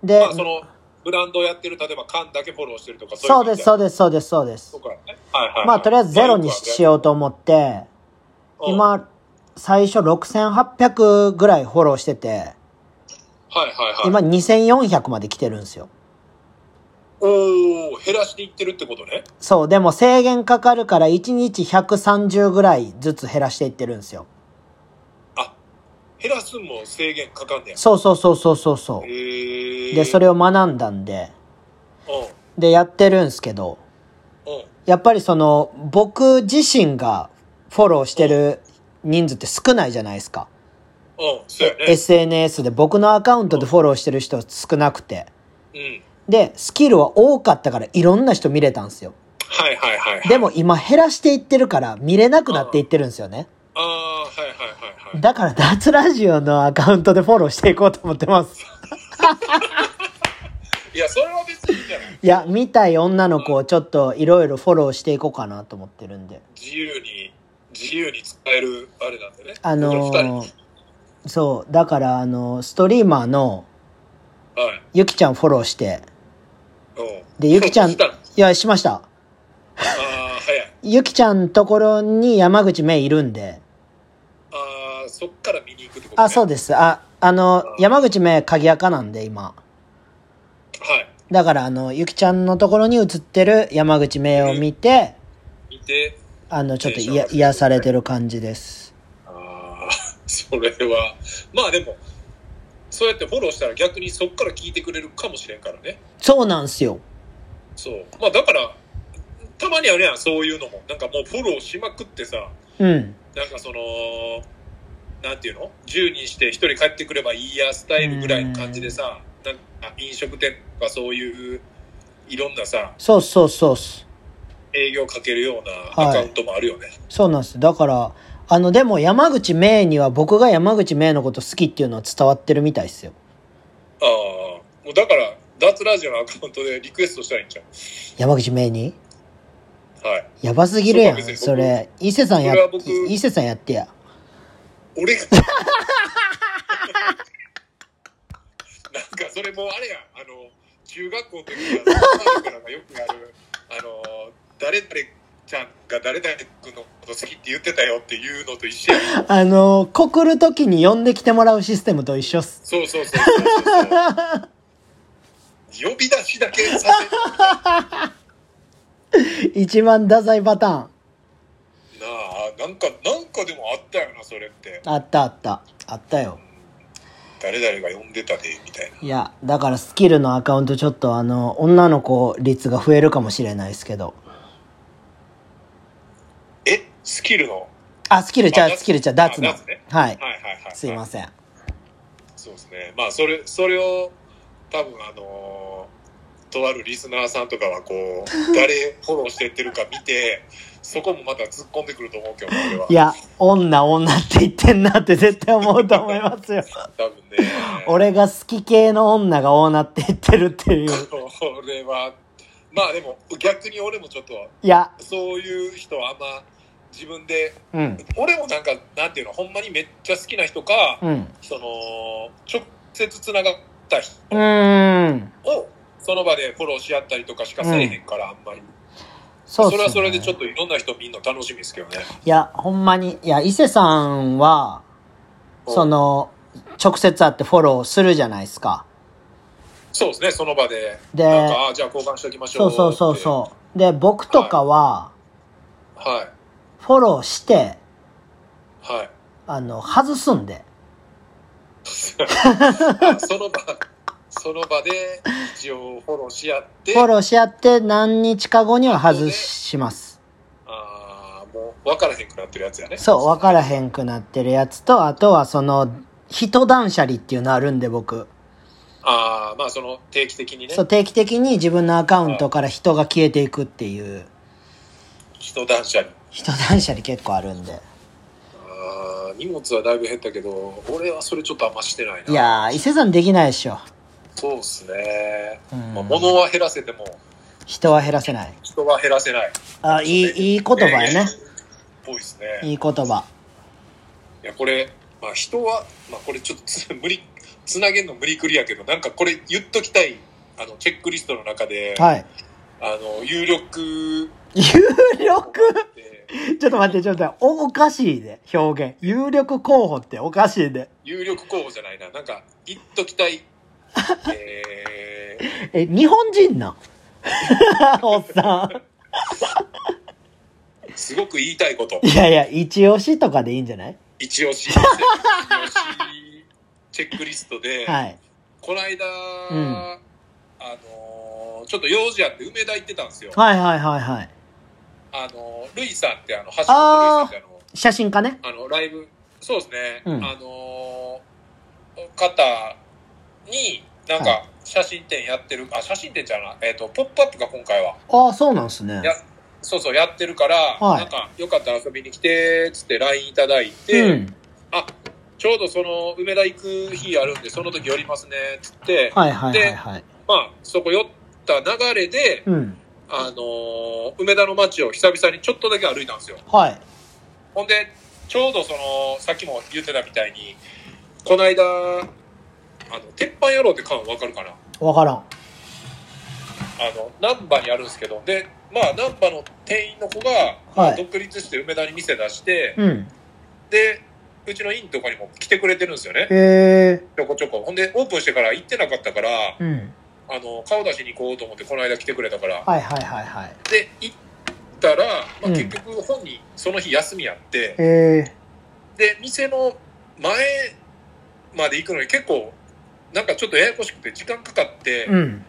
S2: うん。
S1: で、
S2: まあその、ブランドをやってる、例えば缶だけフォローしてるとか、
S1: そうです、そううです、そうです、そうです
S2: と。かね。はいはいはい。
S1: まあ、とりあえずゼロにしようと思って、
S2: うん。はい
S1: 今、最初6800ぐらいフォローしてて、
S2: はいはい。
S1: 今2400まで来てるんですよ。
S2: おー、減らしていってるってことね。
S1: そう、でも制限かかるから1日130ぐらいずつ減らしていってるんですよ。
S2: あ、減らすんも制限かかんねや。
S1: そうそうそうそうそうそ
S2: へ
S1: う。
S2: ー。
S1: で、それ
S2: を。
S1: を学んだんで、
S2: う
S1: で、やってるんですけど、
S2: ん。うん。
S1: やっぱりその、僕自身がフォローしてる人数って少ないじゃないですか。
S2: うん。そうやね。
S1: SNS で僕のアカウントでフォローしてる人少なくて。
S2: うん。
S1: で、スキルは多かったからいろんな人見れたんですよ。
S2: はいはいはい、はい。
S1: でも今減らしていってるから見れなくなっていってるんですよね。
S2: ああ、はいはいはいはい。
S1: だから脱ラジオのアカウントでフォローしていこうと思ってます。
S2: [laughs] いや、それは別にいいんじゃない
S1: いや、見たい女の子をちょっといろいろフォローしていこうかなと思ってるんで。
S2: 自由に、自由に使える、あれなんでね。
S1: あの
S2: 二
S1: ー、そう、だからあのー、ストリーマーの
S2: 人はい。
S1: ゆきちゃんフォローして、
S2: うん。
S1: で、ゆきちゃ
S2: [laughs]
S1: ん、
S2: そ
S1: いう
S2: 来た
S1: や、しました。
S2: ああ、早い。
S1: ゆきちゃんところに山口めいいるんで、
S2: ああ、そっから見に行くってこと、ね、
S1: あ、そう
S2: で
S1: です。あ、あの、山口め鍵垢なんで、今。
S2: す。はい。
S1: だから、あの、ゆきちゃんのところに映ってる山口めを見て、
S2: 見て、
S1: あの、ちょっとい
S2: テンション上が
S1: や
S2: る
S1: 癒されてる感じです。
S2: ああ、 [laughs] それは、まあでも、そうやってフォローしたら逆にそっから聞いてくれるかもしれんからね。
S1: そうなんすよ。
S2: そう。まあだから、たまにあるやん、そういうのも。なんかもうフォローしまくってさ、
S1: うん。
S2: なんかその、なんていうの ?10 人して1人帰ってくればいいやスタイルぐらいの感じでさ、なんか飲食店とかそういう、いろんなさ、
S1: そうそうそうっす。
S2: 営業かけるよう
S1: は
S2: ないアカウントもあるよね。
S1: そうなんす。だから、あの、でも山口めには僕が山口めのこと好きっていうのは伝わってるみたいっすよ。
S2: ああ、もうだから、脱ラジオのアカウントでリクエストしたらいいんじゃ
S1: 山口めに
S2: ん。はい。
S1: やばすぎるや
S2: そうか別
S1: ん、
S2: に
S1: それ。伊勢さんや
S2: それは僕、
S1: 伊勢さんやってや。[laughs]
S2: 俺が。なんかそれもあれやん、あの、中学校の時から、マからがよくやる、あの、誰々ちゃんが誰々君のこと好きって言ってたよっていうのと一緒やん。
S1: あの、告るときに呼んできてもらうシステムと一緒っす。 [laughs]
S2: そうそうそうそうそう。呼び出しだけさせる
S1: 一番太宰パターン。
S2: なあ、なんか、なんかでもあったよな、それって。
S1: あったあった。あったよ。
S2: 誰々が呼んでたで、みたいな。
S1: いや、だからスキルのアカウントちょっとあの、女の子率が増えるかもしれないですけど。
S2: え、スキルの。
S1: あ、スキルちゃ
S2: あ
S1: う、
S2: ダツ
S1: スキルちゃう、ダーツの
S2: あダーツね。
S1: はい。
S2: はいはいはい。
S1: すいません。
S2: そうですね。まあ、それ、それを、多分あのとあるリスナーさんとかはこ
S1: [laughs]
S2: う、誰フォローしてってるか見て、そこもまた突っ込んでくると思うけど、俺は。
S1: いや、女女って言ってんなって絶対思うと思います
S2: [laughs]
S1: よ。
S2: 多分ね。
S1: [laughs] 俺が好き系の女が女って言ってるっていう。
S2: これは、まあでも逆に俺もちょっと、
S1: いや、
S2: そういう人はあんま自分で、
S1: うん、
S2: 俺もなんか、なんていうの、ほんまにめっちゃ好きな人か、
S1: うん。
S2: その、直接つながった人
S1: うーん。
S2: を、その場でフォローし合ったりとかしかせえへんから、あんまり。
S1: そうっ
S2: それはそれでちょ
S1: っ
S2: っといろんな人見んの楽しみですけどね。
S1: と。いや、ほんまに、いや、伊勢さんは、その、直接会ってフォローするじゃないですか。
S2: そうですね、その場で。
S1: で
S2: なんか、あじゃあ交換しておきまし
S1: そ
S2: ょう
S1: う
S2: って。
S1: そうそうそう。で、僕とかは、
S2: はい。
S1: フォローして、
S2: はい。
S1: あの、外すんで。
S2: あその場、 [laughs] その場で一応フォローし合って、
S1: フォローし合って何日か後には外します。
S2: ああ、もう分からへんくなってるやつやね。
S1: そう、分からへんくなってるやつと、あとはその、人断捨離っていうのあるんで僕。
S2: ああ、まあその定期的にね
S1: そ、う、定期的に自分のアカウントから人が消えていくっていう、
S2: 人断捨離。
S1: 人断捨離結構あるんで。
S2: ああ、荷物はだいぶ減ったけど、俺はそれちょっとあんましてないな。
S1: いやー、伊勢さんできないでしょ。
S2: そうですね。
S1: うん
S2: まあ、物は減らせても、
S1: 人は減らせない。
S2: 人は減らせない。
S1: あ、いい、いい言葉や
S2: [laughs]
S1: ね。
S2: ぽいですね。
S1: いい言葉。
S2: いやこれ、まあ、人は、まあ、これちょっとつ無理つなげんの無理くりやけどなんかこれ言っときたいあのチェックリストの中で、
S1: はい。
S2: あの有力
S1: 有力
S2: で
S1: [laughs] ちょっと待って、ちょっと待って。お、おかしいで、表現。有力候補っておかしいで。
S2: 有力候補じゃないななんか言っときたいえー
S1: え、日本人 [laughs] なんおっさ
S2: すごく言いたいこと
S1: ん。いやいや、一押しとかでいいんじゃない
S2: 一押し一押しチェックリストで、
S1: はい。
S2: この間、
S1: うん
S2: あのーちょっと用事あって梅田行ってたんですよ、
S1: はいはいはいはい。
S2: あのルイさんってあの橋本ルイさんってあの
S1: 写真家ね。
S2: あの、ライブ、そうですね、
S1: うん
S2: あのー方に、なん
S1: は
S2: か、写真展やってる、あ、写真展じゃない、えっ、と、ポップアップが今回は、
S1: ああ、そうなんすね
S2: い。やそうそう、やってるから、
S1: はい
S2: なんか、よかったら遊びに来て、つって LINE いただいうて、
S1: ん。
S2: ちょうどその、梅田行く日あるんで、その時寄りますね、つって、
S1: はいはいはいはい。
S2: まあ、そこ寄った流れで、
S1: うん。
S2: あのー梅田の街を久々にちょっとだけ歩いたんですよ。
S1: はい。
S2: ほんで、ちょうどその、さっきも言ってたみたいに、この間、あの、鉄板野郎って缶わかるかな
S1: わからん。
S2: あの、難波にあるんですけど、で、まあ、難波の店員の子が、
S1: はい
S2: 独立して梅田に店出して、
S1: うん。
S2: で、うちの院とかにも来てくれてるんですよね。
S1: へえ。
S2: ちょこちょこ。ほんで、オープンしてから行ってなかったから、
S1: うん。
S2: あの、顔出しに行こうと思って、この間来てくれたから。
S1: はいはいはいはい。
S2: で、行ったら、ま
S1: う
S2: あ、
S1: ん
S2: 結局本人、その日休みやって、
S1: へえ。
S2: で店の前まで行くのに結構なんかちょっとややこしくて時間かかって、
S1: うん。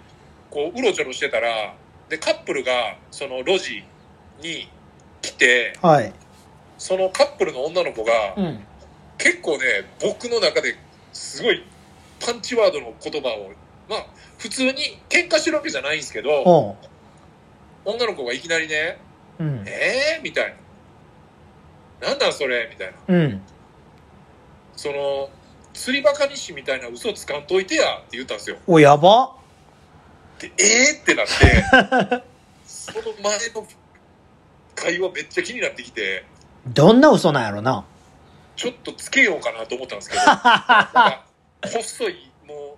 S2: こううろちょろしてたらでカップルがその路地に来て
S1: はい。
S2: そのカップルの女の子が、
S1: うん。
S2: 結構ね僕の中ですごいパンチワードの言葉をまあ普通に喧嘩してるわけじゃないんですけど
S1: おう。
S2: 女の子がいきなりね
S1: うん
S2: 「えー?」みたいな「なんなんそれ?」みたいな。
S1: うん。
S2: その釣りバカ日誌みたいな嘘つかんといてやって言ったんですよ
S1: お、やば。
S2: でえーってなってその前の会話めっちゃ気になってきて
S1: どんな嘘なんやろな。
S2: ちょっとつけようかなと思ったんですけどなんか細いもう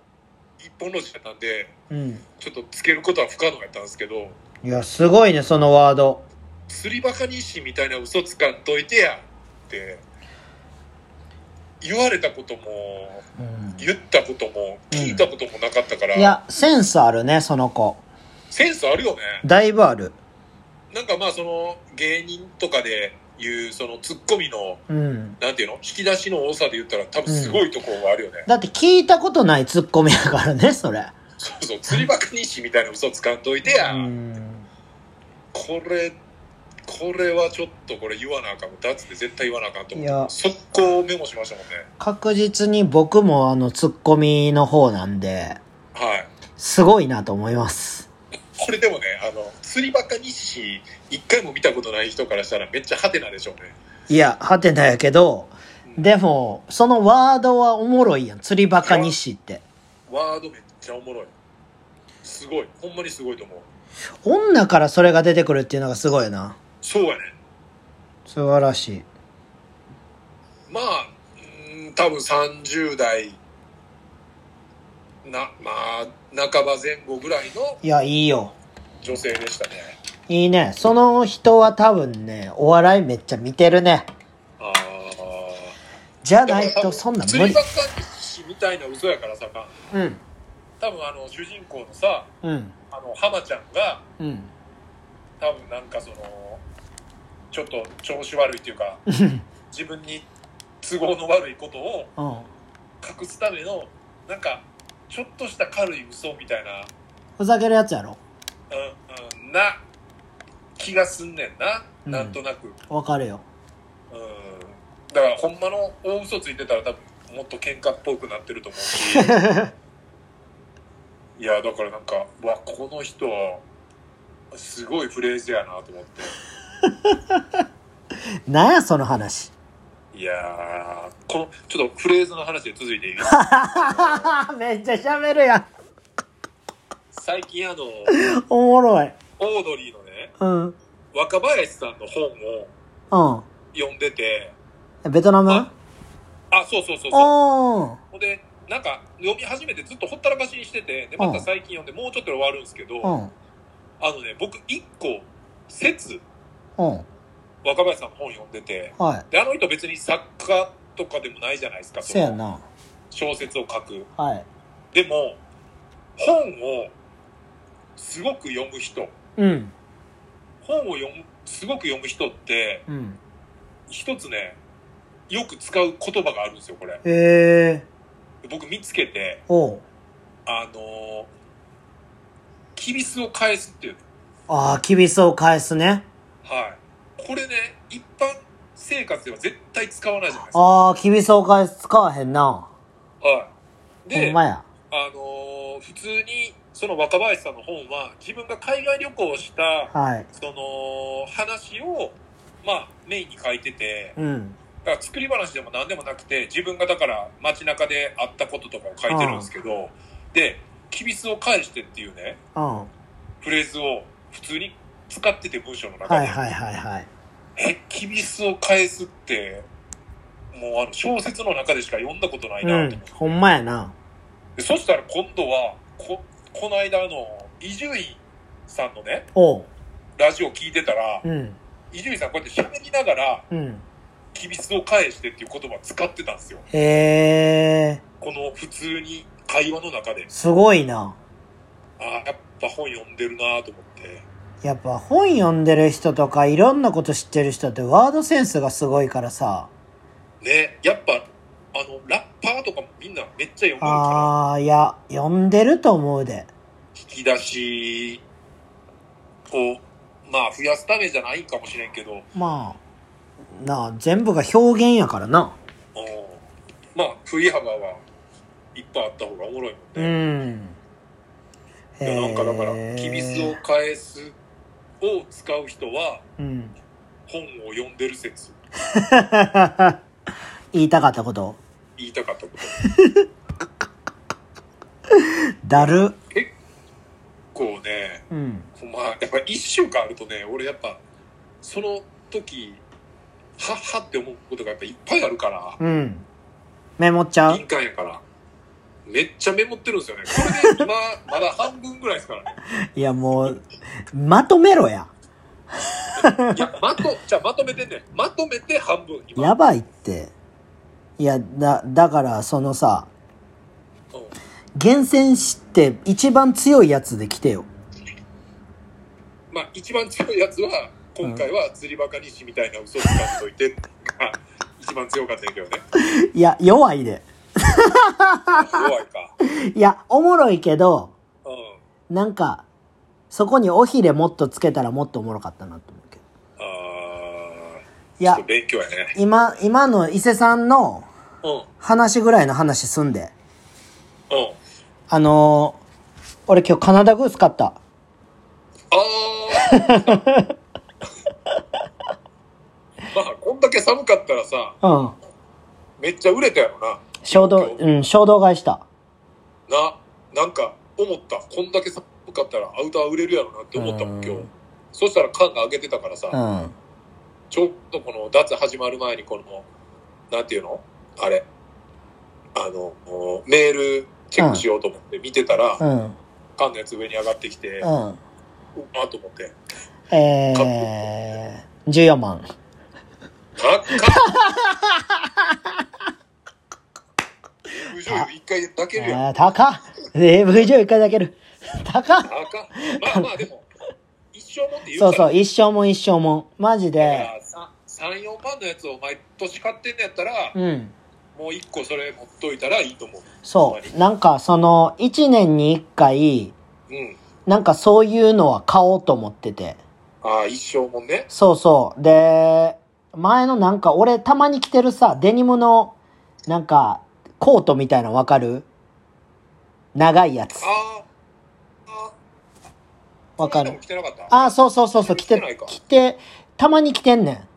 S2: 一本路地だったんで
S1: うん。
S2: ちょっとつけることは不可能やったんですけど
S1: いや、すごいね、そのワード。
S2: 釣りバカ日誌みたいな嘘つかんといてやって言われたことも
S1: うん。
S2: 言ったことも聞いたこともなかったから、
S1: いや、センスあるね、その子。
S2: センスあるよね
S1: だいぶある。
S2: なんかまあその芸人とかでいうそのツッコミの
S1: うん。
S2: なんていうの引き出しの多さで言ったら多分すごいところがあるよね、
S1: だって聞いたことないツッコミやからね、それ。
S2: そうそう釣りバカ日誌みたいな嘘つかんといてや、
S1: うん。
S2: これこれはちょっとこれ言わなあかんだっつって絶対言わなあかんと
S1: いや
S2: 思って速攻メモしましたもんね
S1: 確実に僕もあの、ツッコミの方なんで、
S2: はい
S1: すごいなと思います。
S2: これでもね、あの、釣りバカ日誌、一回も見たことない人からしたらめっちゃハテナでしょうね。
S1: いや、ハテナやけど、でも、そのワードはおもろいやん。釣りバカ日誌って。
S2: ワードめっちゃおもろい。すごい。ほんまにすごいと思う。
S1: 女からそれが出てくるっていうのがすごいな。
S2: そうやね。
S1: 素晴らしい。
S2: まあ、うん多分30代、な、まあ、半ば前後ぐらいの
S1: いや、いいよ。
S2: 女性でしたね。
S1: いいね。その人は多分ね、お笑いめっちゃ見てるね。
S2: あ
S1: じゃ
S2: あ。
S1: ない
S2: でも多
S1: と
S2: 分
S1: そんなん
S2: 釣
S1: 無理
S2: りば。っかりしみたいな嘘やからさ、
S1: うん。
S2: 多分あの、主人公のさ、
S1: うん。
S2: あの、浜ちゃんが、
S1: うん。
S2: 多分なんかその、ちょっと調子悪いっていうか、
S1: うん。
S2: 自分に都合の悪いことを
S1: うん
S2: 隠すための、なんか、ちょっとした軽い嘘みたいな、
S1: ふざけるやつやろ。
S2: うん、うん、な、気がすんねんな。
S1: うん
S2: なんとなく。
S1: わかるよ。
S2: うんだからほんまの大嘘ついてたら多分もっと喧嘩っぽくなってると思
S1: [laughs]
S2: うしいやだからなんかうわこの人はすごいフレーズやなと思って
S1: なんや、その話。 [laughs]
S2: いやーこのちょっとフレーズの話で続いてい
S1: [laughs]
S2: い
S1: めっちゃ喋るやん。
S2: 最近あのオ
S1: おもろい。
S2: ードリーのね
S1: うん。うん。
S2: 若林さんの本を読んでて
S1: ベトナム
S2: ああそうそうそうそう
S1: おー。
S2: ほんでなんか読み始めてずっとほったらかしにしててでまた最近読んでもうちょっとで終わるんですけ
S1: う
S2: ど、
S1: ん。
S2: あのね、僕、一個、説、
S1: うん。
S2: 若林さんの本読んでて、
S1: はい。
S2: で、あの人別に作家とかでもないじゃないですか、
S1: せやな。
S2: その小説を書く。
S1: はい。
S2: でも、本をすごく読む人、
S1: うん。
S2: 本を読む、すごく読む人って、
S1: うん。
S2: 一つね、よく使う言葉があるんですよ、これ。
S1: え
S2: 僕見つけて、
S1: ー。おう。
S2: あのー、キビスを返すっていうの。
S1: ああ、厳しさを返すね。
S2: はい。これね、一般生活では絶対使わないじゃないですか。
S1: ああ、厳しさを返す使わへんな。
S2: はい。
S1: ほん
S2: で、
S1: まや。
S2: あのー普通にその若林さんの本は自分が海外旅行をした
S1: はい。
S2: その話を、まあ、メインに書いてて
S1: うん。
S2: だから作り話でも何でもなくて自分がだから街中で会ったこととかを書いてるんですけどで「きびすを返して」っていうね
S1: うん。は
S2: フレーズを普通に使ってて文章の
S1: い
S2: 中
S1: は
S2: で
S1: いはいはい。
S2: 「えきびすを返す」ってもうあの小説の中でしか読んだことないうなと思っ
S1: ん
S2: て。。
S1: ほんまやな。
S2: でそしたら今度はここの間あの伊集院さんのね
S1: おう。
S2: ラジオ聞いてたら
S1: うん。
S2: 伊集院さんこうやって喋りながら
S1: うん。
S2: 「きびすを返して」っていう言葉使ってたんですよ
S1: へえ
S2: この普通に会話の中で
S1: ー。すごいな。
S2: ああやっぱ本読んでるなと思って
S1: やっぱ本読んでる人とかいろんなこと知ってる人ってワードセンスがすごいからさ。
S2: ねやっぱあのラッパーとかもみんなめっちゃ読むから
S1: ああ、いや、読んでると思うで。
S2: 引き出しをまあ増やすためじゃないんかもしれんけど
S1: まあ、なあ、全部が表現やからな。
S2: うんまあ振り幅はいっぱいあった方がおもろいもんね、
S1: うん。
S2: いやなんかだから
S1: へ
S2: 「
S1: ー
S2: きびすを返す」を使う人は
S1: うん。
S2: 本を読んでる説
S1: 言いたかったこと。
S2: 言いたかったこと
S1: だる。
S2: こうね
S1: うん。
S2: まあやっぱり1週間あるとね俺やっぱその時はっはって思うことがやっぱいっぱいあるか
S1: うん。メモっちゃ
S2: ら
S1: う
S2: 敏感やからめっちゃメモってるんですよねこれで今まだ半分ぐらいですからね
S1: いや、もう、まとめろや。
S2: いやまとじゃあまとめてねまとめて半分今
S1: やばいって。いや、だ、だから、そのさ、
S2: うん
S1: 厳選して一番強いやつで来てよ。
S2: まあ、一番強いやつは、今回は釣りバカにしみたいな嘘をつかんといて、が一番強かったんやけどね。
S1: いや、弱いで。
S2: 弱いか。うん。
S1: いや、おもろいけど、なんか、そこにおひれもっとつけたらもっとおもろかったなと思うけど。
S2: あー、
S1: い
S2: ちょっ
S1: や
S2: と、勉強やね。
S1: 今、今の伊勢さんの
S2: うん。
S1: 話ぐらいの話すんで。
S2: うん。
S1: あのー、俺今日カナダグース買った。
S2: ああ
S1: [laughs]
S2: まあ、こんだけ寒かったらさ、
S1: うん。
S2: めっちゃ売れたやろな。
S1: 衝動、うん、衝動買いした。
S2: な、なんか思った。こんだけ寒かったらアウター売れるやろなって思ったもん、今
S1: う
S2: 日
S1: ん。
S2: そしたら缶が開けてたからさ、
S1: うん。
S2: ちょっとこの脱始まる前にこの、なんていうのあれ。あの、メールチェックしようと思って見てたら、
S1: うん。
S2: 缶のやつ上に上がってきて、う
S1: うん。
S2: まっと思って。
S1: えー、14万。
S2: 高っ無情よ一回だけるやん。
S1: あー高っ !AV 上一回だける。 [laughs] 高っ
S2: 高っまあまあでも、一生もんって言うか
S1: そ
S2: ら
S1: うそう、一生もん一生もん。マジで。
S2: 3、4万のやつを毎年買ってんのやったら、
S1: うん。
S2: もう一個それ持っといたらいいと思う。
S1: そう。なんかその、1年に1回、
S2: うん。
S1: なんかそういうのは買おうと思ってて。
S2: ああ、一生もんね。
S1: そうそう。で、前のなんか俺たまに着てるさ、デニムの、なんか、コートみたいなのわかる長いやつ。
S2: ああ、ああ、
S1: わか
S2: そんな
S1: る
S2: のも。着てなかった
S1: あ、そうそうそうそう、着
S2: 着てな
S1: て
S2: いか、
S1: 着て、たまに着てんねん。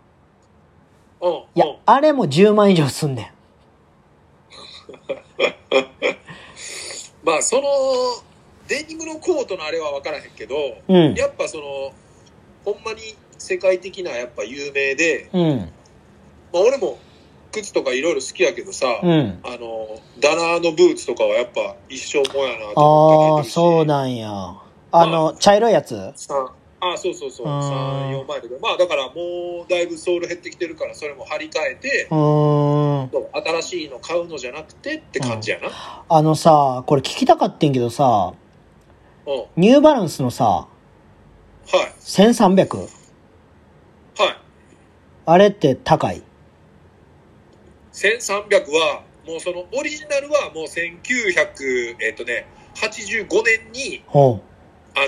S2: うん。
S1: いや
S2: うん、
S1: あれも10万以上すんねん。
S2: まあ、その、デニムのコートのあれは分からへんけど、
S1: うん。
S2: やっぱその、ほんまに世界的なやっぱ有名で、
S1: うん。
S2: まあ俺も靴とかいろいろ好きやけどさ、
S1: うん。
S2: あの、ダナーのブーツとかはやっぱ一生もんやなと
S1: あ
S2: 思
S1: あ、
S2: って
S1: そうなんや。あの、茶色いやつ
S2: 三ああそうそうそう
S1: うん
S2: 34枚でまあだからもうだいぶソール減ってきてるからそれも張り替えて
S1: うーん。
S2: そう新しいの買うのじゃなくてって感じやなう
S1: あのさ、これ聞きたかってんけどさ、
S2: んは
S1: ニューバランスのさ、
S2: い
S1: 1300?
S2: はい
S1: あれって高い。
S2: 1300はもうそのオリジナルはもう1900えっ、とね85年に、
S1: おう
S2: あの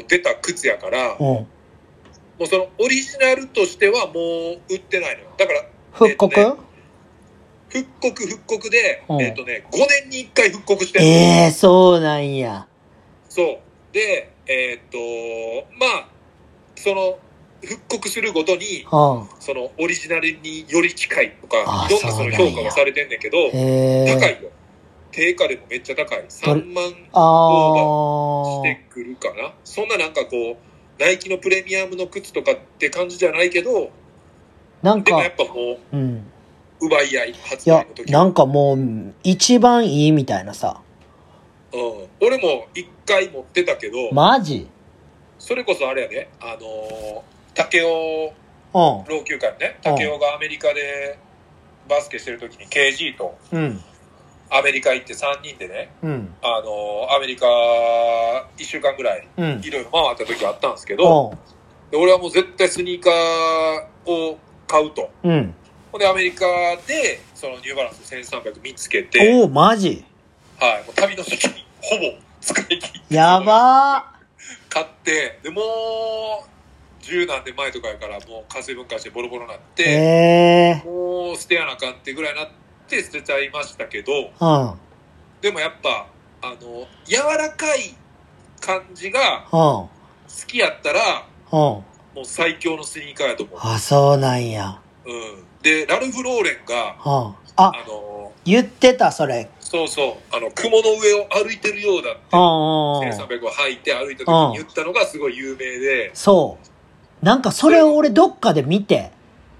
S2: ー出た靴やから、も
S1: おう
S2: うそのオリジナルとしてはもう売ってないのよ。だから、
S1: 復刻、
S2: えっと復刻復刻で、
S1: うん
S2: えっ、とね、5年に1回復刻してる
S1: ええー、そうなんや。
S2: そう。で、えーっと、まあ、その、復刻するごとに、
S1: うん。
S2: その、オリジナルにより近いとか
S1: あ、
S2: いろんな
S1: そ
S2: その
S1: うなん
S2: 評
S1: や
S2: 価がされてんだけど、
S1: ええー。
S2: 高いよ。定価でもめっちゃ高い。3万
S1: あ
S2: してくるかな。そんななんかこう、ナイキのプレミアムの靴とかって感じじゃないけど、
S1: あ。なん
S2: でもや
S1: か
S2: っ、ぱも
S1: うん。
S2: う、奪い合い、
S1: い
S2: 発
S1: や
S2: 売の、時
S1: なんかもう、一番いいみたいなさ。
S2: うん。俺も一回持ってたけど、
S1: マジ
S2: それこそあれやで、あのー、竹雄
S1: うん。
S2: 老朽化ね武雄がアメリカでバスケしてる時に KG と
S1: うん。
S2: アメリカ行って3人でね
S1: うん。
S2: あのアメリカ1週間ぐらい
S1: うん。
S2: いろいろ回った時あったんですけど
S1: おう
S2: で俺はもう絶対スニーカーを買うと
S1: うん。
S2: ほんでアメリカでそのニューバランス1300見つけて、
S1: おおマジ
S2: はい、もう旅の時にほぼ使い切って
S1: やば
S2: 買ってでもう十何年前とかやからもう稼い分解してボロボロになっ
S1: ー
S2: て、
S1: ええ
S2: もう捨てやなあかんってぐらいになって捨てちゃいましたけど、
S1: ー。
S2: でもやっぱ、あの、柔らかい感じが
S1: うん。うん。
S2: 好きやったら、
S1: うん。
S2: もう最強のスニーカーやと思
S1: あ、そうなんや。
S2: う。うん。で、ラルフ・ローレンが、
S1: うん。あ、
S2: あの、
S1: 言ってた、それ。
S2: そうそう、あの、雲の上を歩いてるようだっ
S1: う、
S2: て
S1: んうんうん。
S2: 1300を履いて歩いた時に言ったのがすごい有名で、
S1: そう。なんかそれを俺どっかで見て。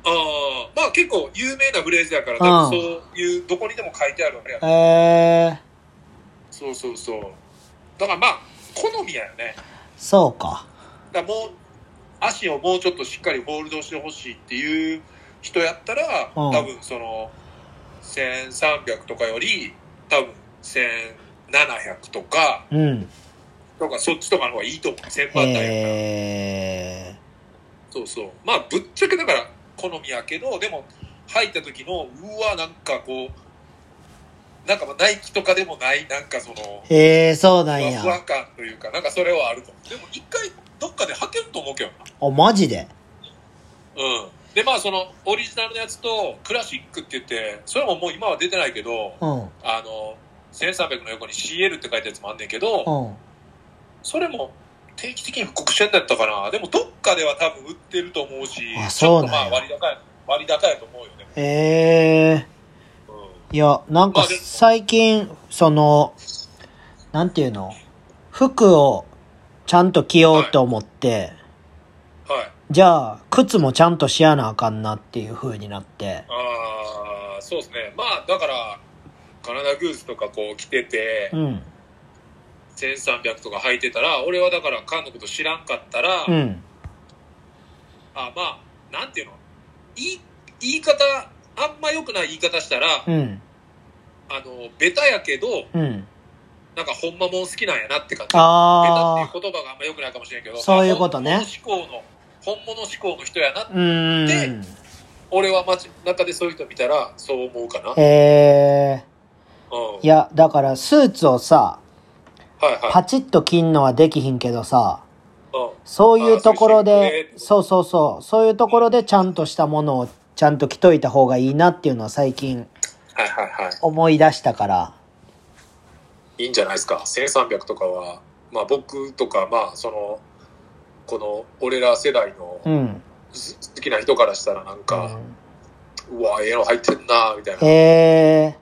S2: ああ、まあ結構有名なフレーズやから、
S1: うん
S2: 多分そういう、どこにでも書いてあるわけや
S1: え。えー。
S2: そうそうそう。だからまあ、好みやよね。
S1: そうか。
S2: だからもう足をもうちょっとしっかりホールドしてほしいっていう人やったら、
S1: うん
S2: 多分その1300とかより多分1700とか
S1: うん。
S2: とかそっちとかの方がいいと思う1000番台やから、
S1: え
S2: そうそうまあぶっちゃけだから好みやけどでも入った時のうわなんかこうなんかまあナイキとかでもないなんかその
S1: ー、えー、そうなん
S2: ふわふわ
S1: や。
S2: 感というかなんかそれはあると思うでも一回どっかで履けると思うけどな
S1: あ、マジで
S2: うん、でまあそのオリジナルのやつとクラシックって言ってそれももう今は出てないけど
S1: うん。うん。
S2: あの1300の横に CL って書いたやつもあんねんけどそれも定期的に復刻してんだったかな。でも、どっかでは多分売ってると思うし、
S1: あそうなんや
S2: ちょっとまあ割高や、割高やと思うよね。
S1: ええ
S2: う
S1: いや、なん
S2: ま
S1: か
S2: あでも
S1: 最近、その、なんていうの服をちゃんと着ようと思って、
S2: ん。はい。
S1: じゃあ、靴もちゃんとしやなあかんなっていう風になって。
S2: ああ、そうですね。まあ、だから、カナダグーズとかこう着てて
S1: う、ん。
S2: 1300とか履いてたら、俺はだから、カンのこと知らんかったら、
S1: うん。
S2: あまあ、なんていうの言い、言い方、あんま良くない言い方したら、
S1: うん。
S2: あの、ベタやけど、
S1: うん。
S2: なんかほんまもん好きなんやなって感じ。ベタ
S1: あ
S2: っていう言葉があんま良くないかもしれんけど、
S1: そういうことね
S2: あ本物志向の、本物志向の人やな
S1: あ。。うーん。
S2: 俺は街中でそういう人見たら、そう思うかな。うん。
S1: ええ
S2: はい
S1: いや、だからスーツをさ、
S2: はい。
S1: パチッと着んのはできひんけどさ、
S2: うん
S1: そういうところで
S2: あ、ー
S1: そうそうそう、そういうところでちゃんとしたものをちゃんと着といた方がいいなっていうのは最近
S2: はいはいは
S1: 思い出したから。
S2: い。いいんじゃないですか。1300とかは、まあ僕とか、まあその、この俺ら世代の
S1: うん。
S2: す好きな人からしたらなんか、うわ、ええの入ってんな、みたい
S1: え
S2: な。だか
S1: え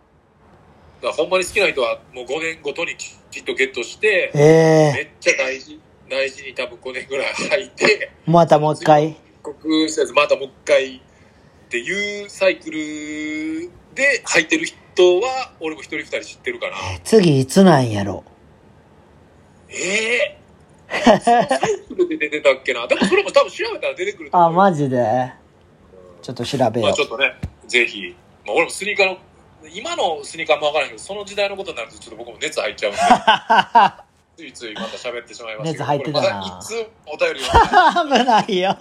S2: らほんまに好きな人はもう5年ごとにききっとゲットして、
S1: ええ
S2: めっちゃ大事、大事に多分5年ぐらい履いて、
S1: またもう一回。
S2: 復刻したやつまたもう一回っていうサイクルで履いてる人は、俺も一人二人知っ
S1: [laughs]
S2: てるから、
S1: 次いつなんやろ。
S2: ええサイクルで出てたっけな。でもそれも多分調べたら出てくると
S1: あ、
S2: 思う。
S1: マジでちょっと調べ
S2: ま
S1: よ
S2: あちょっとね、ぜひ、まあ、俺もスニーカーの、今のスニーカーもわからないけど、その時代のことになると、ちょっと僕も熱入っちゃうんで、
S1: [laughs] う。
S2: ついついまた喋ってしまいました
S1: 熱入っ
S2: けど。
S1: てたな
S2: これまだ一通お便りを。
S1: [laughs]
S2: は
S1: 危ないよ。
S2: い。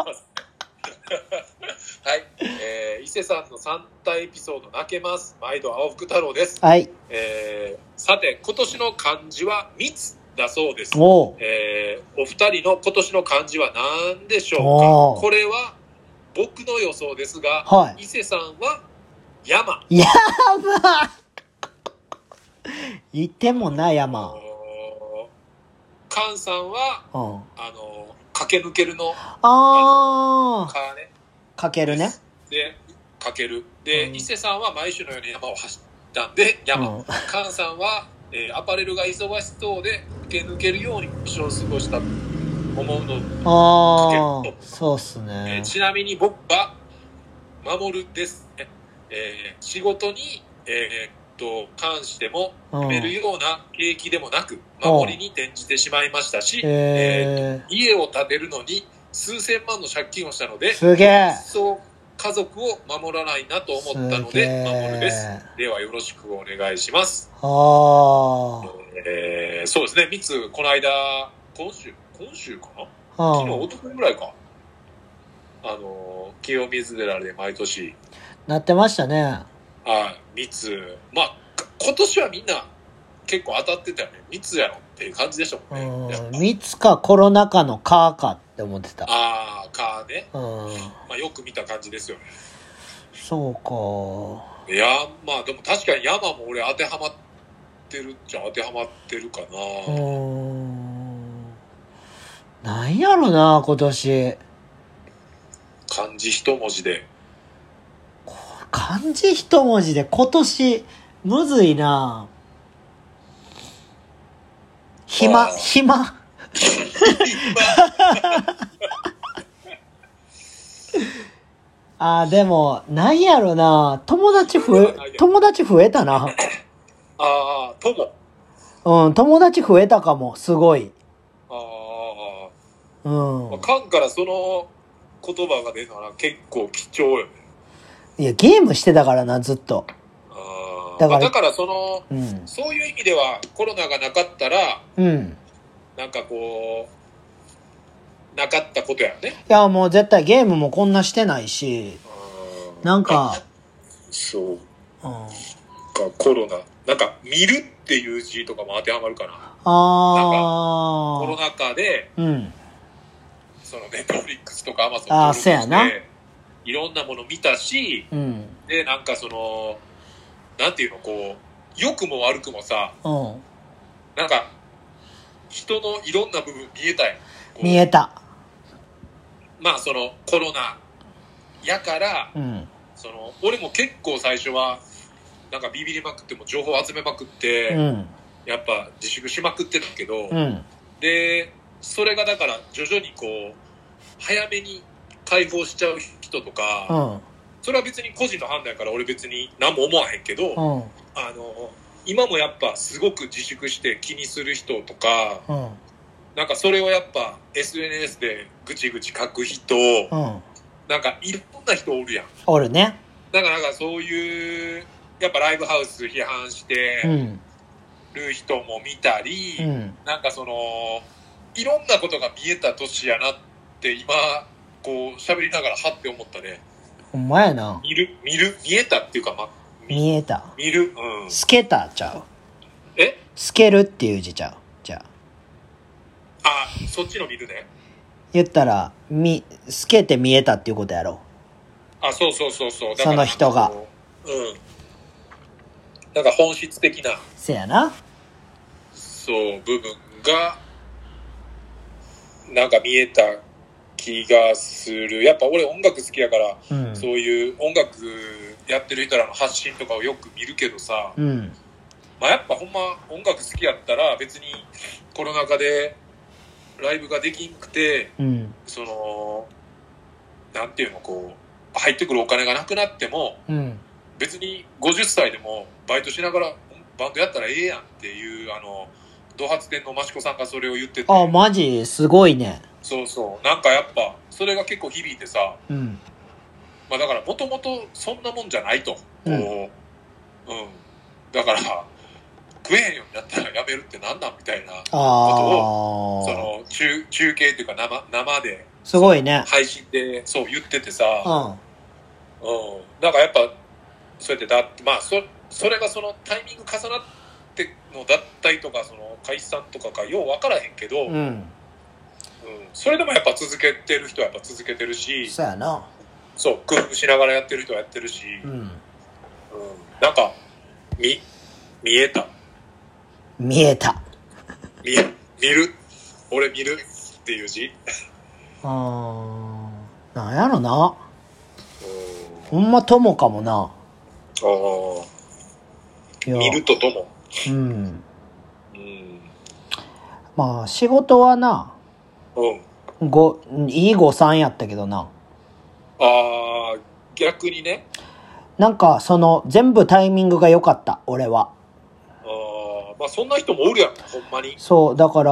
S2: えー、伊勢さんの3体エピソード泣けます。毎度青福太郎です。
S1: はい。
S2: えー、さて、今年の漢字は密だそうです。
S1: おう。
S2: えーお二人の今年の漢字は何でしょう
S1: おー
S2: かこれは僕の予想ですが、
S1: は
S2: 伊勢さんは山。
S1: い。やばいてもな、山。
S2: おー菅さんは、
S1: うん。
S2: あの、駆け抜けるの
S1: あ
S2: かね。
S1: ー。かけるね。
S2: で、かける。で、
S1: うん
S2: 伊勢さんは毎週のように山を走ったんで、山。
S1: うん
S2: 菅さんは、えーアパレルが忙しそうで、駆け抜けるように年を過ごしたと思うの
S1: あー。そうっす
S2: えー
S1: ね。
S2: ちなみに僕は、守るですね。えー仕事に、えーっと、関しても、
S1: う
S2: 決
S1: ん
S2: めるような景気でもなく、守りに転じてしまいましたし、え
S1: え
S2: ー家を建てるのに数千万の借金をしたの
S1: ー。
S2: で、
S1: すげえ。
S2: そう家族を守らないなと思ったの
S1: すげ
S2: で、
S1: え
S2: 守るです。ではよろしくお願いします。
S1: あー。
S2: えーそうですね、三つ、この間、今週、今週かな昨日、
S1: うん
S2: 一。昨日ぐらいか。あのー、清水寺で毎年、
S1: なってましたね。
S2: はい、密、まあ、か今年はみんな結構当たってたよね。密やろっていう感じでしょう
S1: う
S2: ね。やっ
S1: ん。
S2: ぱ
S1: 密かコロナ禍のカーかって思ってた。
S2: ああ、かね。
S1: うん。
S2: まあ、よく見た感じですよね。
S1: そうか。
S2: いや、まあ、でも確かに山も俺当てはまってるっちゃ当てはまってるかな。
S1: うん。なんやろな、今年。
S2: 漢字一文字で。
S1: 漢字一文字で今年、むずいな暇、
S2: あー
S1: 暇。あー、でも、なんやろな友達増え、友達増えたな。
S2: ああ、友。
S1: うん、友達増えたかも、すごい。
S2: あ
S1: う
S2: あ、まあ、
S1: ん。
S2: 漢からその言葉が出るのは結構貴重よね。
S1: いや、ゲームしてたからな、ずっと。
S2: あー
S1: だから
S2: まあだからその、
S1: うん。
S2: そういう意味ではコロナがなかったら、
S1: うん。
S2: なんかこう、なかったことやね。
S1: いや、もう絶対ゲームもこんなしてないし、なんか、
S2: そう
S1: うん、
S2: か、コロナ。なんか、見るっていう字とかも当てはまるかな。コロ
S1: あ
S2: ナ禍で、
S1: ー。うん。
S2: そのネットフリックスとかアマゾン
S1: あーそうやな。
S2: いろんなもの見たし、
S1: うん。
S2: で、なんかその、なんていうの、こう、良くも悪くもさ、
S1: うん。
S2: なんか、人のいろんな部分見えたやん。こう
S1: 見えた。
S2: まあそのコロナやから、
S1: うん。
S2: その俺も結構最初はなんかビビりまくっても情報集めまくって、
S1: うん。
S2: やっぱ自粛しまくってたけど、
S1: うん。
S2: でそれがだから徐々にこう早めに解放しちゃう人とか、
S1: うん。
S2: それは別に個人の判断やから俺別に何も思わへんけど、
S1: うん。
S2: あの今もやっぱすごく自粛して気にする人とか
S1: うん。
S2: なんかそれをやっぱ SNS でぐちぐち書く人
S1: うん。
S2: なんかいろんな人おるやん
S1: おるね。
S2: だからなんかそういうやっぱライブハウス批判して
S1: うん。
S2: る人も見たり、
S1: うん。
S2: なんかそのいろんなことが見えた年やなって今こう喋りながらはって思ったね
S1: ほんまやな。
S2: 見る見る見えたっていうか、ま、
S1: 見えた。
S2: 見るうん
S1: 透けたちゃう。
S2: え
S1: 透けるっていう字ちゃう。じゃあ。
S2: あそっちの見るね
S1: 言ったら、み、透けて見えたっていうことやろ。
S2: あそうそうそうそう
S1: その人が
S2: うんなんか本質的な
S1: せやな。
S2: そう部分がなんか見えた気がするやっぱ俺音楽好きやから、
S1: うん。
S2: そういう音楽やってる人らの発信とかをよく見るけどさ、
S1: うん。
S2: まあ、やっぱほんま音楽好きやったら別にコロナ禍でライブができんくて
S1: うん。
S2: そのなんていうのこう入ってくるお金がなくなっても
S1: うん。
S2: 別に50歳でもバイトしながらバンドやったらええやんっていうあの同発店の益子さんがそれを言ってて
S1: あ、マジすごいね。
S2: そうそうなんかやっぱそれが結構響いてさ、
S1: うん。
S2: まあ、だからもともとそんなもんじゃないとこう、
S1: う
S2: うんんだから食えへんようになったらやめるってなんなんみたいな
S1: あ
S2: そ
S1: あ。
S2: の中中継っていうか生生です
S1: ごいね。
S2: 配信でそう言っててさ、
S1: うん。
S2: うん、なんかやっぱそうやってだまあそそれがそのタイミング重なっての脱退とかその解散とかかよう分からへんけど、うん
S1: うん。
S2: それでもやっぱ続けてる人はやっぱ続けてるし
S1: そうやな。
S2: そう工夫しながらやってる人はやってるし、
S1: う
S2: うん
S1: ん。
S2: なんか見見えた
S1: 見えた。
S2: 見え見る俺見るっていう字、
S1: あーなんやろな。
S2: うん
S1: ほんま友かもな。
S2: あ
S1: い
S2: ー、
S1: や
S2: 見るととも、
S1: うん。
S2: うん
S1: まあ、仕事はな、
S2: うん、
S1: ご、いい誤算やったけどな。
S2: あー逆にね
S1: なんか、その、全部タイミングが良かった、俺は。
S2: あーまあそんな人もおるやんほんまに
S1: そう、だから、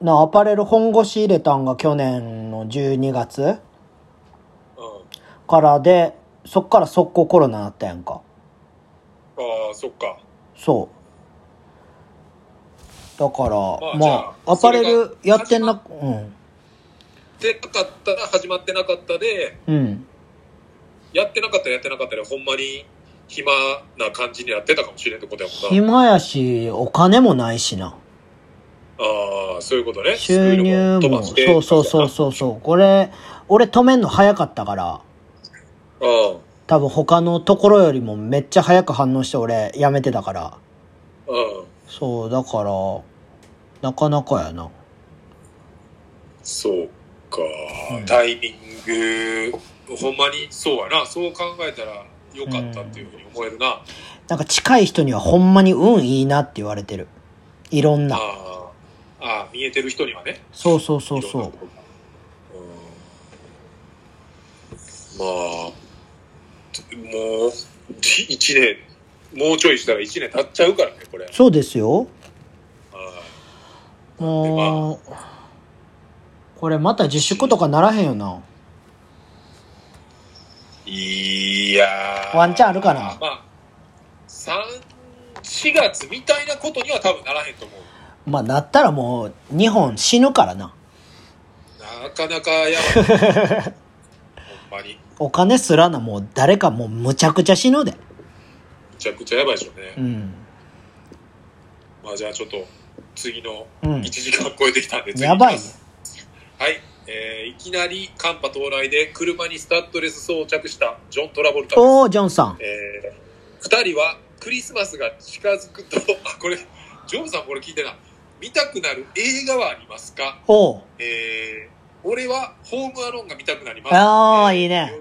S1: な、アパレル本腰入れたんが去年の12月
S2: うん
S1: からで、そっから速攻コロナなったやんか。
S2: ああそっか
S1: そう。だから、
S2: あ
S1: ま
S2: じ
S1: あ
S2: ゃ、あ
S1: アパレル
S2: それが
S1: やってんな、
S2: 始
S1: うん。
S2: でなかったら始まってなかったで
S1: うん。
S2: やってなかったらやってなかったでほんまに暇な感じになってたかもしれんってことやもんな
S1: 暇やし、お金もないしな。
S2: ああそういうことね
S1: 収入
S2: スクール
S1: も、
S2: 飛ばして
S1: そうそうそうそうそう。これ、俺止めんの早かったから、
S2: うん
S1: 多分他のところよりもめっちゃ早く反応して俺辞めてたから。
S2: うん
S1: そう、だから、なかなかやな。
S2: そうか、
S1: うん
S2: タイミングほんまにそうやなそう考えたらよかったっていうふうに思えるな、あ
S1: なんか近い人にはほんまに運いいなって言われてる。いろんな。
S2: あああ見えてる人にはね
S1: そうそうそう
S2: いろんな
S1: そ
S2: ことがうんまあつもうじ一年もうちょいしたら1年経っちゃうからねこれ
S1: う。そうですよ。
S2: あ
S1: もう、これまた自粛とかならへんよな。
S2: ーいやー
S1: ワンチャンあるかな
S2: まあ34月みたいなことには多分ならへんと思う
S1: まあなったらもう日本死ぬからな。
S2: なかなかや
S1: [laughs]
S2: ばいほんまに
S1: お金すらなもう誰かもうむちゃくちゃ死ぬで。
S2: めちゃくちゃやばいでしょうね、
S1: うん。
S2: まあじゃあちょっと次の
S1: うん
S2: 1。時間超えてきたんで次
S1: やばい
S2: 行きますはい、えーいきなり寒波到来で車にスタッドレス装着したジョン・トラボルタです、
S1: おおジョンさん。
S2: え2人はクリスマスが近づくとあこれジョンさんこれ聞いてな見たくなる映画はありますか
S1: おう。
S2: えー、俺はホームアローンが見たくなります。
S1: ああ、
S2: えー
S1: いいね。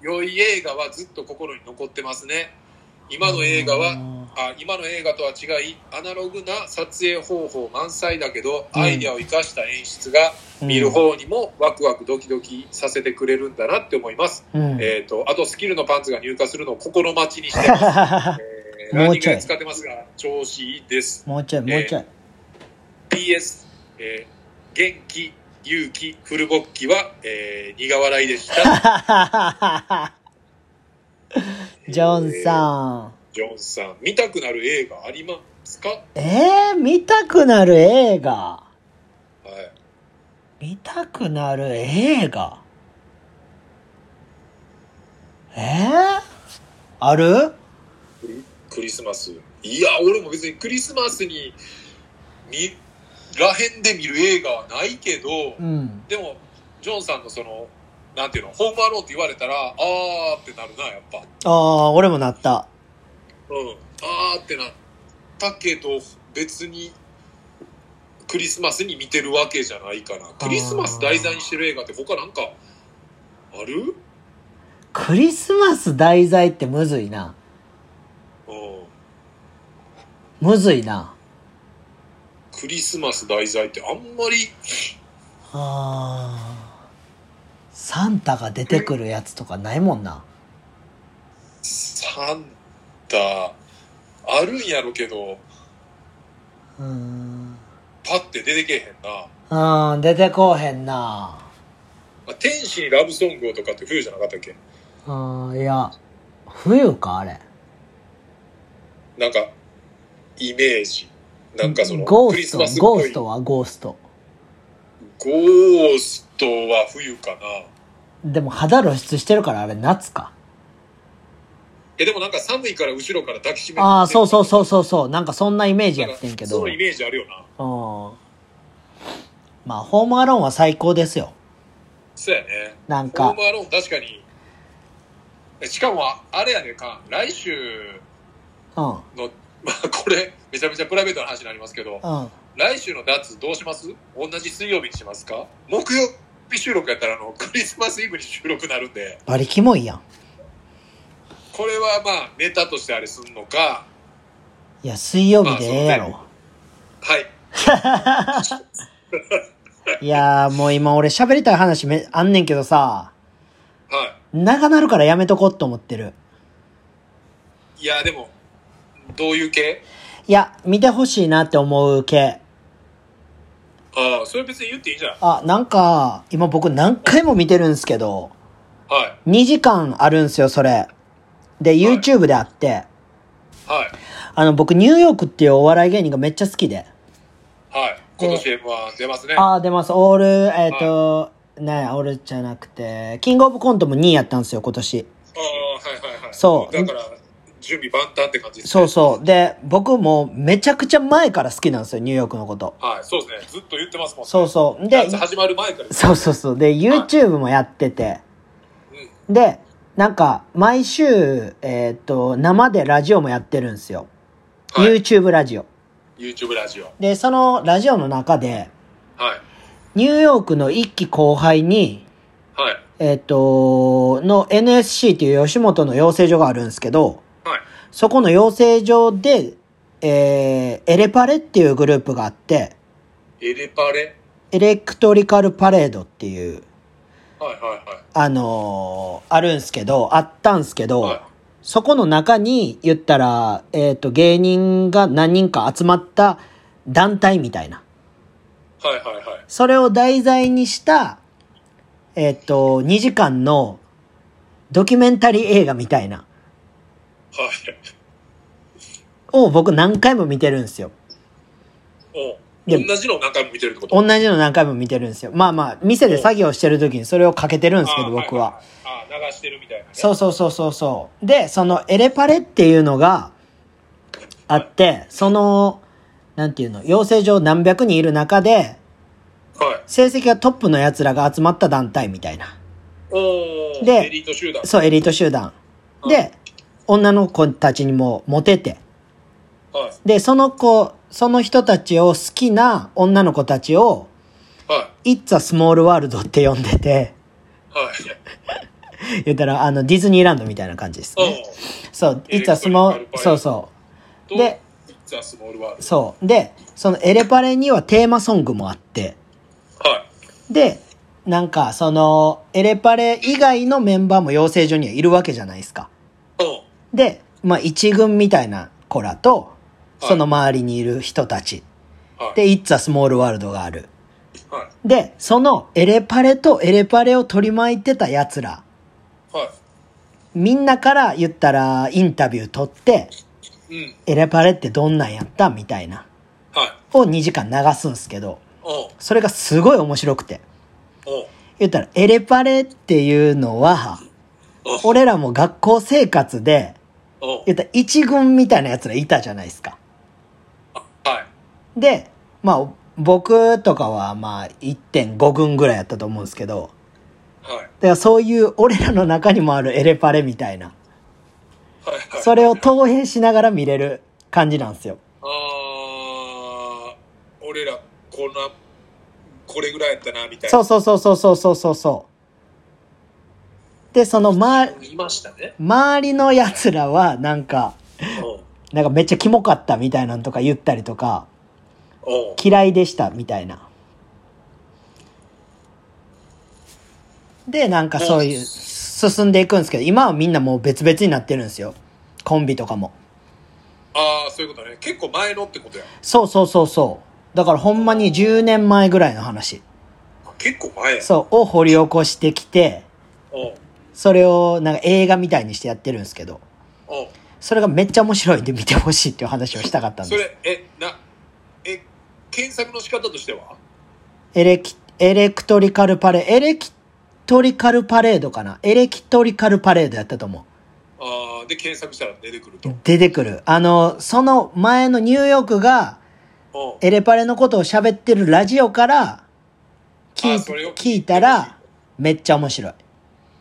S2: 良い良い映画はずっと心に残ってますね。今の映画は、あ今の映画とは違い、アナログな撮影方法満載だけど、
S1: うん
S2: アイデアを生かした演出が
S1: うん、
S2: 見る方にもワクワクドキドキさせてくれるんだなって思います。
S1: うん。
S2: えっ、と、あとスキルのパンツが入荷するのを心待ちにし
S1: [laughs]
S2: てます。えー、ラン
S1: も
S2: ニ
S1: う
S2: ン
S1: ちょい
S2: グで使ってますが、調子いいです。
S1: もうちょい、もうちょい。 [laughs]
S2: PS、えー元気、勇気、フルボッキは、えー苦笑いでした。
S1: [laughs] ジョンさん。
S2: ジョンさん、見たくなる映画ありますかはい。
S1: えー、見たくなる映画。見たくなる映画。えー、ある
S2: クリスマス。いや、俺も別にクリスマスに、見、らへんで見る映画はないけど、
S1: うん。
S2: でも、ジョンさんのその、なんていうの、ホームアローンって言われたら、あーってなるな、やっぱ。
S1: ああ、俺もなった。
S2: うん。あーってなったけど、別に、クリスマスに見てるわけじゃないかな。クリスマス題材にしてる映画って他なんか、ある
S1: クリスマス題材ってむずいな。
S2: うん。
S1: むずいな。
S2: クリスマス題材ってあんまり、
S1: あーサンタが出てくるやつとかないもんな。
S2: サンタ、あるんやろけど、
S1: うーん。
S2: パッて出てけへんな。
S1: うん、出てこうへんな。
S2: あ天使にラブソングをとかって冬じゃなかったっけ
S1: うん、いや、冬か、あれ。
S2: なんか、イメージ。なんかその、
S1: ゴ
S2: クリ
S1: ース
S2: ス
S1: ト
S2: マスっぽ
S1: ゴー
S2: い
S1: ストはゴースト。
S2: ゴーストは冬かな。い
S1: でも肌露出してるからあれ夏か。
S2: やでもなんか寒いから後ろから抱きしめ
S1: ああ、そうそう
S2: う。
S1: そうそうそう。なんかそんなイメージ
S2: な
S1: や
S2: んか
S1: ってんけど。
S2: そうのイ
S1: ん。
S2: メージあるよな。
S1: まあ、ホームアローンは最高ですよ。
S2: そうやね。
S1: なん
S2: ホー
S1: か
S2: ム、アローン確かに。えしかも、あれやねんか、来週
S1: うん、うん。
S2: の、まあこれ、めちゃめちゃプライベートな話になりますけど、来週の夏どうします同じ水曜日にしますか木曜日収録やったらあの、クリスマスイブに収録になるんで、
S1: バリキモいやん。
S2: これはまあネタとしてあれすんのか、
S1: いや、水曜日でええやろ。
S2: はい。
S1: いやー、もう今俺喋りたい話めあんねんけどさ、
S2: は
S1: 長なるからやめとこうと思ってる。
S2: い。いや、でも、どういう系
S1: いや、見てほしいなって思う系。
S2: ああ、それ別に言っていいんじゃない
S1: あ、なんか、今僕何回も見てるんすけど、
S2: は
S1: 2時間あるんすよ、それ。で、YouTube であって、
S2: い。はい。
S1: あの、僕、ニューヨークっていうお笑い芸人がめっちゃ好きで。
S2: はい。今年 M は出ますね。は
S1: ああ、出ます。オール、えっ、と、ね、オールじゃなくて、キングオブコントも2位やったんですよ、今年。
S2: いはいはい。
S1: そう
S2: だから、準備万端って感じです、
S1: そ
S2: ね。
S1: うそう。で、僕もめちゃくちゃ前から好きなんですよ、ニューヨークのこと。
S2: う。はい、そうですね。ずっと言ってますもんね。
S1: そうそう。で、
S2: 夏始まる前からです。
S1: そうそうそう。で、YouTube もやってて。
S2: うん。
S1: で、なんか、毎週、えっ、と、生でラジオもやってるんですよ。
S2: はい。
S1: YouTube ラジオ。
S2: YouTube ラジオ。
S1: で、そのラジオの中で、
S2: はい。
S1: ニューヨークの一期後輩に、
S2: はい。
S1: えっ、と、の NSC っていう吉本の養成所があるんですけど、
S2: はい。
S1: そこの養成所で、えー、エレパレっていうグループがあって、
S2: エレパレ。
S1: エレクトリカルパレードっていう、
S2: はいは
S1: あのーあるんすけど、あったんすけど、
S2: いはい。は
S1: そこの中に言ったら、えっ、と、芸人が何人か集まった団体みたいな。
S2: い。はいはいはい。
S1: それを題材にした、えっ、と、2時間のドキュメンタリー映画みたいな、
S2: はい。
S1: を僕何回も見てるんですよ。
S2: おう同じのを何回も見てるってこと
S1: 同じの何回も見てるんですよ。まあまあ、店で作業してる時にそれをかけてるんですけど、僕は。。
S2: あーいいいあー、流してるみたいなね。
S1: そうそうそうそうそう。で、そのエレパレっていうのがあって、その、なんていうの、養成所何百人いる中で、
S2: はい。
S1: 成績がトップの奴らが集まった団体みたいな。
S2: おー
S1: で
S2: エリート集団。
S1: そう、エリート集団。で、女の子たちにもモテて。
S2: はい。
S1: で、その子、その人たちを好きな女の子たちを、
S2: は
S1: It's a Small World って呼んでて、
S2: い。はい。
S1: 言ったら、あの、ディズニーランドみたいな感じです
S2: う
S1: ね。そう、
S2: エ
S1: It's a
S2: レクトリカル
S1: Small
S2: パイ、ロット
S1: そうそ
S2: ん。
S1: で
S2: と、ザ・スモールワール
S1: そう。で、そのエレパレにはテーマソングもあって、
S2: ド。はい。
S1: で、なんか、その、エレパレ以外のメンバーも養成所にはいるわけじゃないですか。
S2: うん。
S1: で、まあ、一軍みたいな子らと、
S2: はい
S1: その周りにいる人たち。
S2: はい。
S1: で、It's a Small World がある。
S2: は
S1: で、そのエレパレとエレパレを取り巻いてた奴ら、
S2: い。は
S1: みんなから言ったらインタビュー取って、
S2: い。うん。
S1: エレパレってどんなんやったみたいな、
S2: はい。
S1: を2時間流すんすけど、
S2: う
S1: それがすごい面白くて。
S2: ん。うん。
S1: 言ったら、エレパレっていうのは、
S2: うん。
S1: 俺らも学校生活で、
S2: うん。
S1: 言ったら一軍みたいな奴らいたじゃないですか。
S2: はい。
S1: で、まあ、僕とかはまあ1.5軍ぐらいやったと思うんですけど、
S2: はい。
S1: だからそういう俺らの中にもあるエレパレみたいな、
S2: はい。はい。
S1: それを投影しながら見れる感じなんですよ。
S2: あー、俺ら、こんな、これぐらいやったな、みたいな。
S1: そうそうそうそうそうそうそうそう。で、その、ま、
S2: 見ましたね。
S1: 周りの奴らはなんか、
S2: うん。
S1: なんかめっちゃキモかったみたいなんとか言ったりとか、
S2: うん。
S1: 嫌いでしたみたいな。で、なんかそういう、進んでいくんですけど、今はみんなもう別々になってるんですよ。コンビとかも。
S2: あー、そういうことね。結構前のってことや。
S1: そうそうそうそう。だからほんまに10年前ぐらいの話。
S2: 結構前や。
S1: そう、を掘り起こしてきて、
S2: うん。うん。
S1: それをなんか映画みたいにしてやってるんですけど、それがめっちゃ面白いんで見てほしいっていう話をしたかったん
S2: そ
S1: です。
S2: れ、え、な、え、検索の仕方としては
S1: エレキ、エレクトリカルパレ、エレキトリカルパレードかなエレキトリカルパレードやったと思う。
S2: あー、で、検索したら出てくると。うん。
S1: 出てくる。あの、その前のニューヨークが、エレパレのことを喋ってるラジオから聞い
S2: あそれを
S1: 聞いたら、めっちゃ面白い。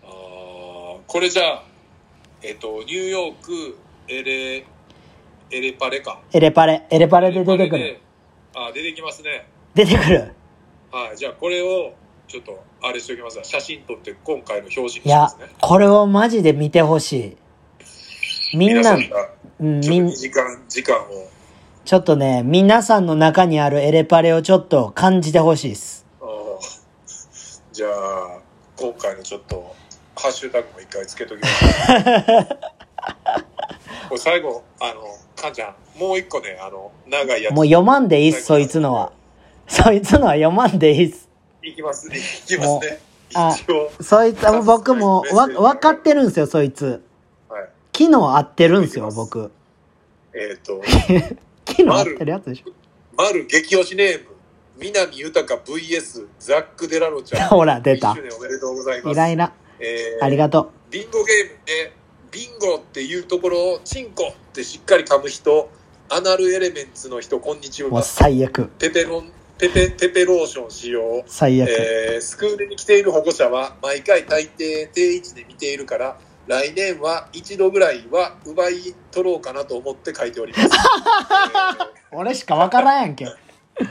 S2: あーこれじゃあ、えっ、と、ニューヨーク、エレ、エレパレか。
S1: エレパレ、エレパ
S2: あ
S1: レで出てくる。。
S2: あー、出てきますね。
S1: 出てくる。
S2: はい、じゃあこれを、ちょっと、あれしておきますわ写真撮って今回の表示にし
S1: いや
S2: ますね。、
S1: これをマジで見てほしい。みん
S2: 皆さ
S1: な、
S2: んが、
S1: うん、
S2: ち
S1: み
S2: ょっ
S1: ん
S2: と、時間、時間を。
S1: ちょっとね、皆さんの中にあるエレパレをちょっと感じてほしいです。
S2: あーじゃあ、今回のちょっと、ハッシュタグも一回つけと
S1: [laughs]
S2: きます。これ最後、あの、かんちゃん、もう一個ね、あの、長いやつ。
S1: もう読まんでいいっす、そいつのは。そいつのは読まんでいいっす。
S2: いきますね。いきますね。
S1: あ
S2: 一応。
S1: そいつ、僕もわ、わかってるんですよ、そいつ。
S2: はい。
S1: 昨日合ってるんですよ、僕。
S2: えっ、と、
S1: 昨日合ってるやつでしょ
S2: 丸激推しネーム、南豊 VS ザック・デラロちゃ
S1: [laughs]
S2: ん。
S1: ほら、出た
S2: 1周。年おめでとうございます。
S1: イライラ。
S2: えー
S1: ありがと
S2: ビンゴゲームで、ビンゴっていうところを、チンコってしっかり噛む人、アナルエレメンツの人、こんにち
S1: う。もう
S2: は。
S1: 最悪。
S2: ペペロン、ペペ、ペペローション使用。
S1: 最悪。
S2: えースクールに来ている保護者は毎回大抵定位置で見ているから来年は一度ぐらいは奪い取ろうかなと思って書いて
S1: [laughs]
S2: おります、
S1: 俺しかわからんやんけ。
S2: えー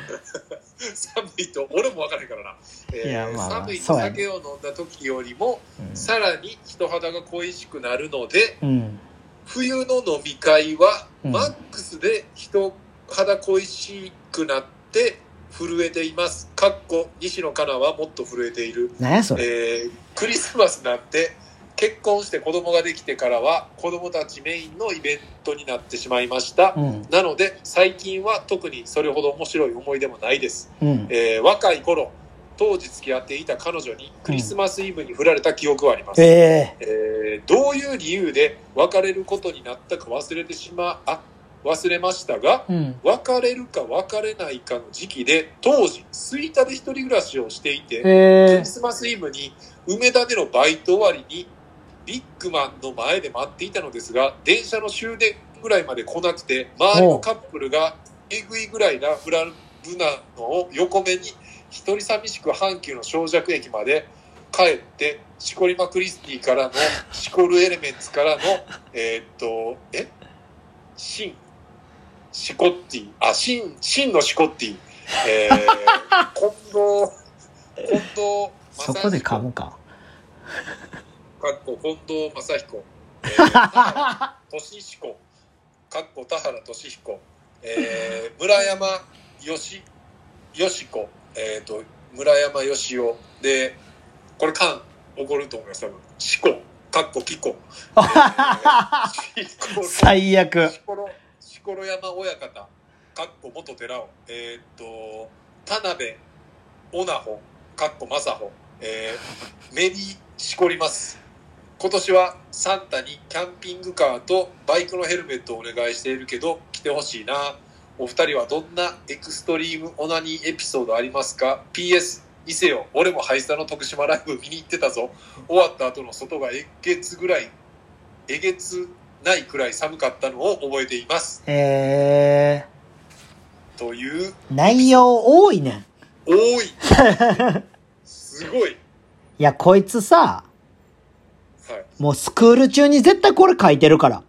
S2: 寒いと俺も分からへんからな、えー
S1: いやまあまあ
S2: 寒いと
S1: そうやね
S2: 酒を飲んだ時よりもさらに人肌が恋しくなるので
S1: うん。
S2: 冬の飲み会は
S1: うん
S2: マックスで人肌恋しくなって震えていますかっこ西野カナはもっと震えている
S1: なんやそれ。
S2: えークリスマスなんて結婚して子供ができてからは子供たちメインのイベントになってしまいました
S1: う、ん。
S2: なので最近は特にそれほど面白い思い出もないです、
S1: うん。
S2: えー若い頃当時付き合っていた彼女にクリスマスイブに振られた記憶はあります、
S1: え
S2: えーどういう理由で別れることになったか忘れてしまあ忘れましたが
S1: えうん。
S2: 別れるか別れないかの時期で当時スイタで一人暮らしをしていて、ク
S1: ええ
S2: リスマスイブに梅田でのバイト終わりにビッグマンの前で待っていたのですが電車の終電ぐらいまで来なくて周りのカップルがえぐいぐらいなフラブなのを横目に一人寂しく阪急の小弱駅まで帰ってシコリマクリスティからのシコルエレメンツからのえーっとえシンシコッティ、あ、シン、シンのシコッティ、えー、近藤、近藤正
S1: そこで噛むか。
S2: かっこ近藤正彦、えー、田原俊彦、かっこ田原俊彦、えー、村山よし、よしこ、えっ、と、村山よしお、で、これ、かん、怒ると思います、多分。しこ、かっこきこ、えーしころ
S1: 最悪。
S2: しころ、しころ山親方、かっこ元寺尾、えーっと、田辺、オナホ、かっこ正穂、えー、目にしこります。今年はサンタにキャンピングカーとバイクのヘルメットをお願いしているけど、来てほしいな。お二人はどんなエクストリームオナニーエピソードありますか ?PS、伊勢よ、俺もハイスタの徳島ライブ見に行ってたぞ。終わった後の外がえげつぐらい、えげつないくらい寒かったのを覚えています。
S1: え
S2: という、
S1: ー、内容多いねん。
S2: 多い。すごい。
S1: いや、こいつさ、
S2: はい。
S1: もうスクール中に絶対これ書いてるから。
S2: あ、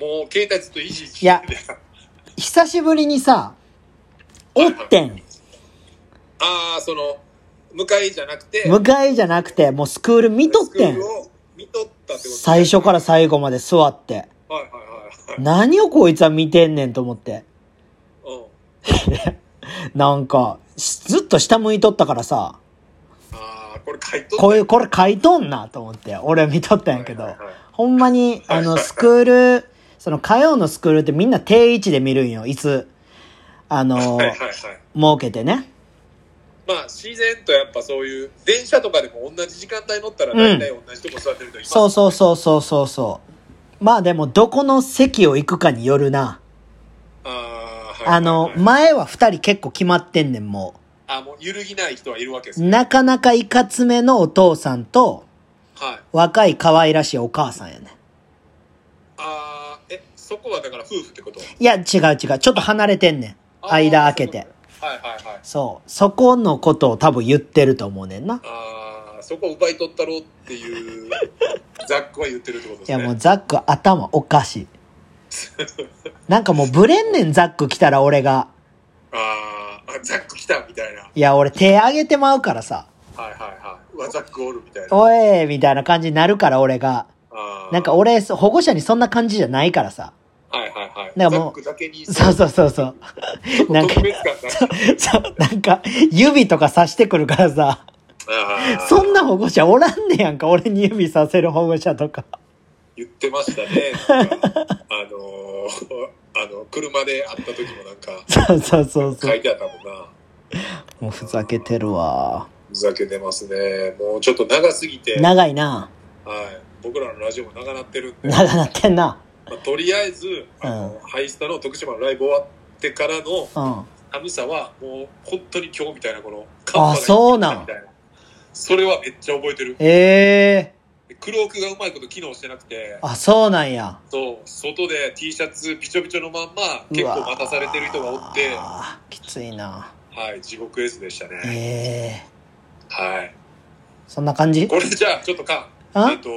S2: もう携帯ずっと維持して
S1: いや久しぶりにさ、おってん。
S2: ああ、その、迎えじゃなくて、
S1: 迎えじゃなくて、もうスクール見とっ
S2: スク
S1: て
S2: ー
S1: ん
S2: ル。を見とったってこと。
S1: 最初からら最後まで座って。
S2: はいはいはい。
S1: 何をこいつは見てんねんと思って。
S2: うん。
S1: なんか、しずっと下向いとったからさ、
S2: ああ、これ書いと
S1: こういうう、これ書いとんなと思って、俺見とったんやけど、
S2: は
S1: ほんまに、あの、スクール、その火曜のスクールってみんな定位置で見るんよ、いつ、あの、
S2: いはいはい。
S1: 設けてね。
S2: まあ、自然とやっぱそういう、電車とかでも同じ時間帯乗ったら
S1: うん
S2: 大体同じとこ座ってる人います。
S1: そうそうそうそうそうそう。まあでも、どこの席を行くかによるな。
S2: ああ、はいはいはい
S1: あの、前は二人結構決まってんねん、も
S2: あもう揺るぎない人はいるわけで
S1: う。
S2: すね。
S1: なかなかいかつめのお父さんと、
S2: はい。
S1: 若い可愛らしいお母さんやね。
S2: ああ、え、そこはだから夫婦ってこと
S1: いや、違う違う。ちょっと離れてんねん。間開けて。。
S2: あーはいはいはい。
S1: そう。そこのことを多分言ってると思うねんな。
S2: ああ、そこ奪い取ったろっていう、ざっくは言ってるってことで
S1: い
S2: す
S1: や、
S2: ね。
S1: もうザック頭おかしい。なんかもうブレんねん、ザック来たら俺が。
S2: あーあ、ザック来たみたいな。
S1: いや、俺手上げてまうからさ。
S2: はいはいはい。うわ、ザックおるみたいな。
S1: おえーみたいな感じになるから俺が。
S2: あー
S1: なんか、俺、そ保護者にそんな感じじゃないからさ。
S2: はいはいはい。
S1: なんか
S2: ザ
S1: も
S2: ッ
S1: う
S2: クだけに、
S1: そうそうそうそう。なんか
S2: 特、別感だ。
S1: そう、なんか、指とかさしてくるからさ。
S2: あー
S1: そんな保護者おらんねやんか、俺に指させる保護者とか。
S2: 言ってましたね。なんかあのー、あの、車で会った時もなんか、
S1: そうそうそうそ
S2: 書
S1: う。
S2: いてあったもんな。
S1: もうふざけてるわ。
S2: ふざけてますね。もうちょっと長すぎて、はい。
S1: 長いな。
S2: 僕らのラジオも長なってるんで、
S1: 長なってんな。
S2: まあ、とりあえず、あの、ハイスタの徳島のライブ終わってからの
S1: うん。
S2: 寒さは、もう本当に今日みたいな、この、
S1: あそうなん
S2: みたいな。それはめっちゃ覚えてる。
S1: ええ
S2: クロークがうまいこと機能してなくて、
S1: あ、そうなんや。
S2: そう、外で T シャツびちょびちょのまんま、
S1: う
S2: 結
S1: わ
S2: 構待たされてる人がおって、
S1: あーきついな。
S2: はい、地獄絵図でしたね。
S1: ええ
S2: はい。
S1: そんな感じ
S2: これじゃあ、ちょっとか、
S1: あう
S2: えっ
S1: ん。
S2: と、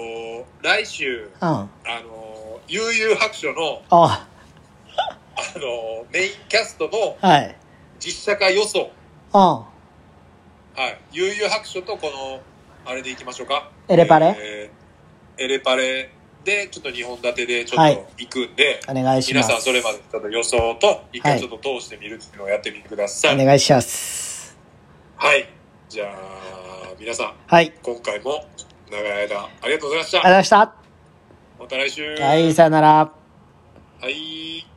S2: 来週、
S1: あ
S2: あの、悠々白書の、
S1: あ、
S2: あの、メインキャストの
S1: はい。
S2: 実写化予想。
S1: うん。
S2: はい。悠々白書とこの、あれでいきましょうか。
S1: エレパレ
S2: えーエレパレで、ちょっと2本立てでちょ
S1: は
S2: っ
S1: い
S2: と行くんで、
S1: お願いしま
S2: 皆
S1: す。
S2: さんそれまでちょっと予想と、一
S1: は
S2: 回
S1: い
S2: ちょっと通してみるっていうのをやってみてください。
S1: お願いします。
S2: はい。じゃあ、皆さん、
S1: はい。
S2: 今回も長い間ありがとうござい
S1: ありがとうご
S2: まし
S1: ざい
S2: た。
S1: ました。
S2: また来週。
S1: はい、さよなら。
S2: はい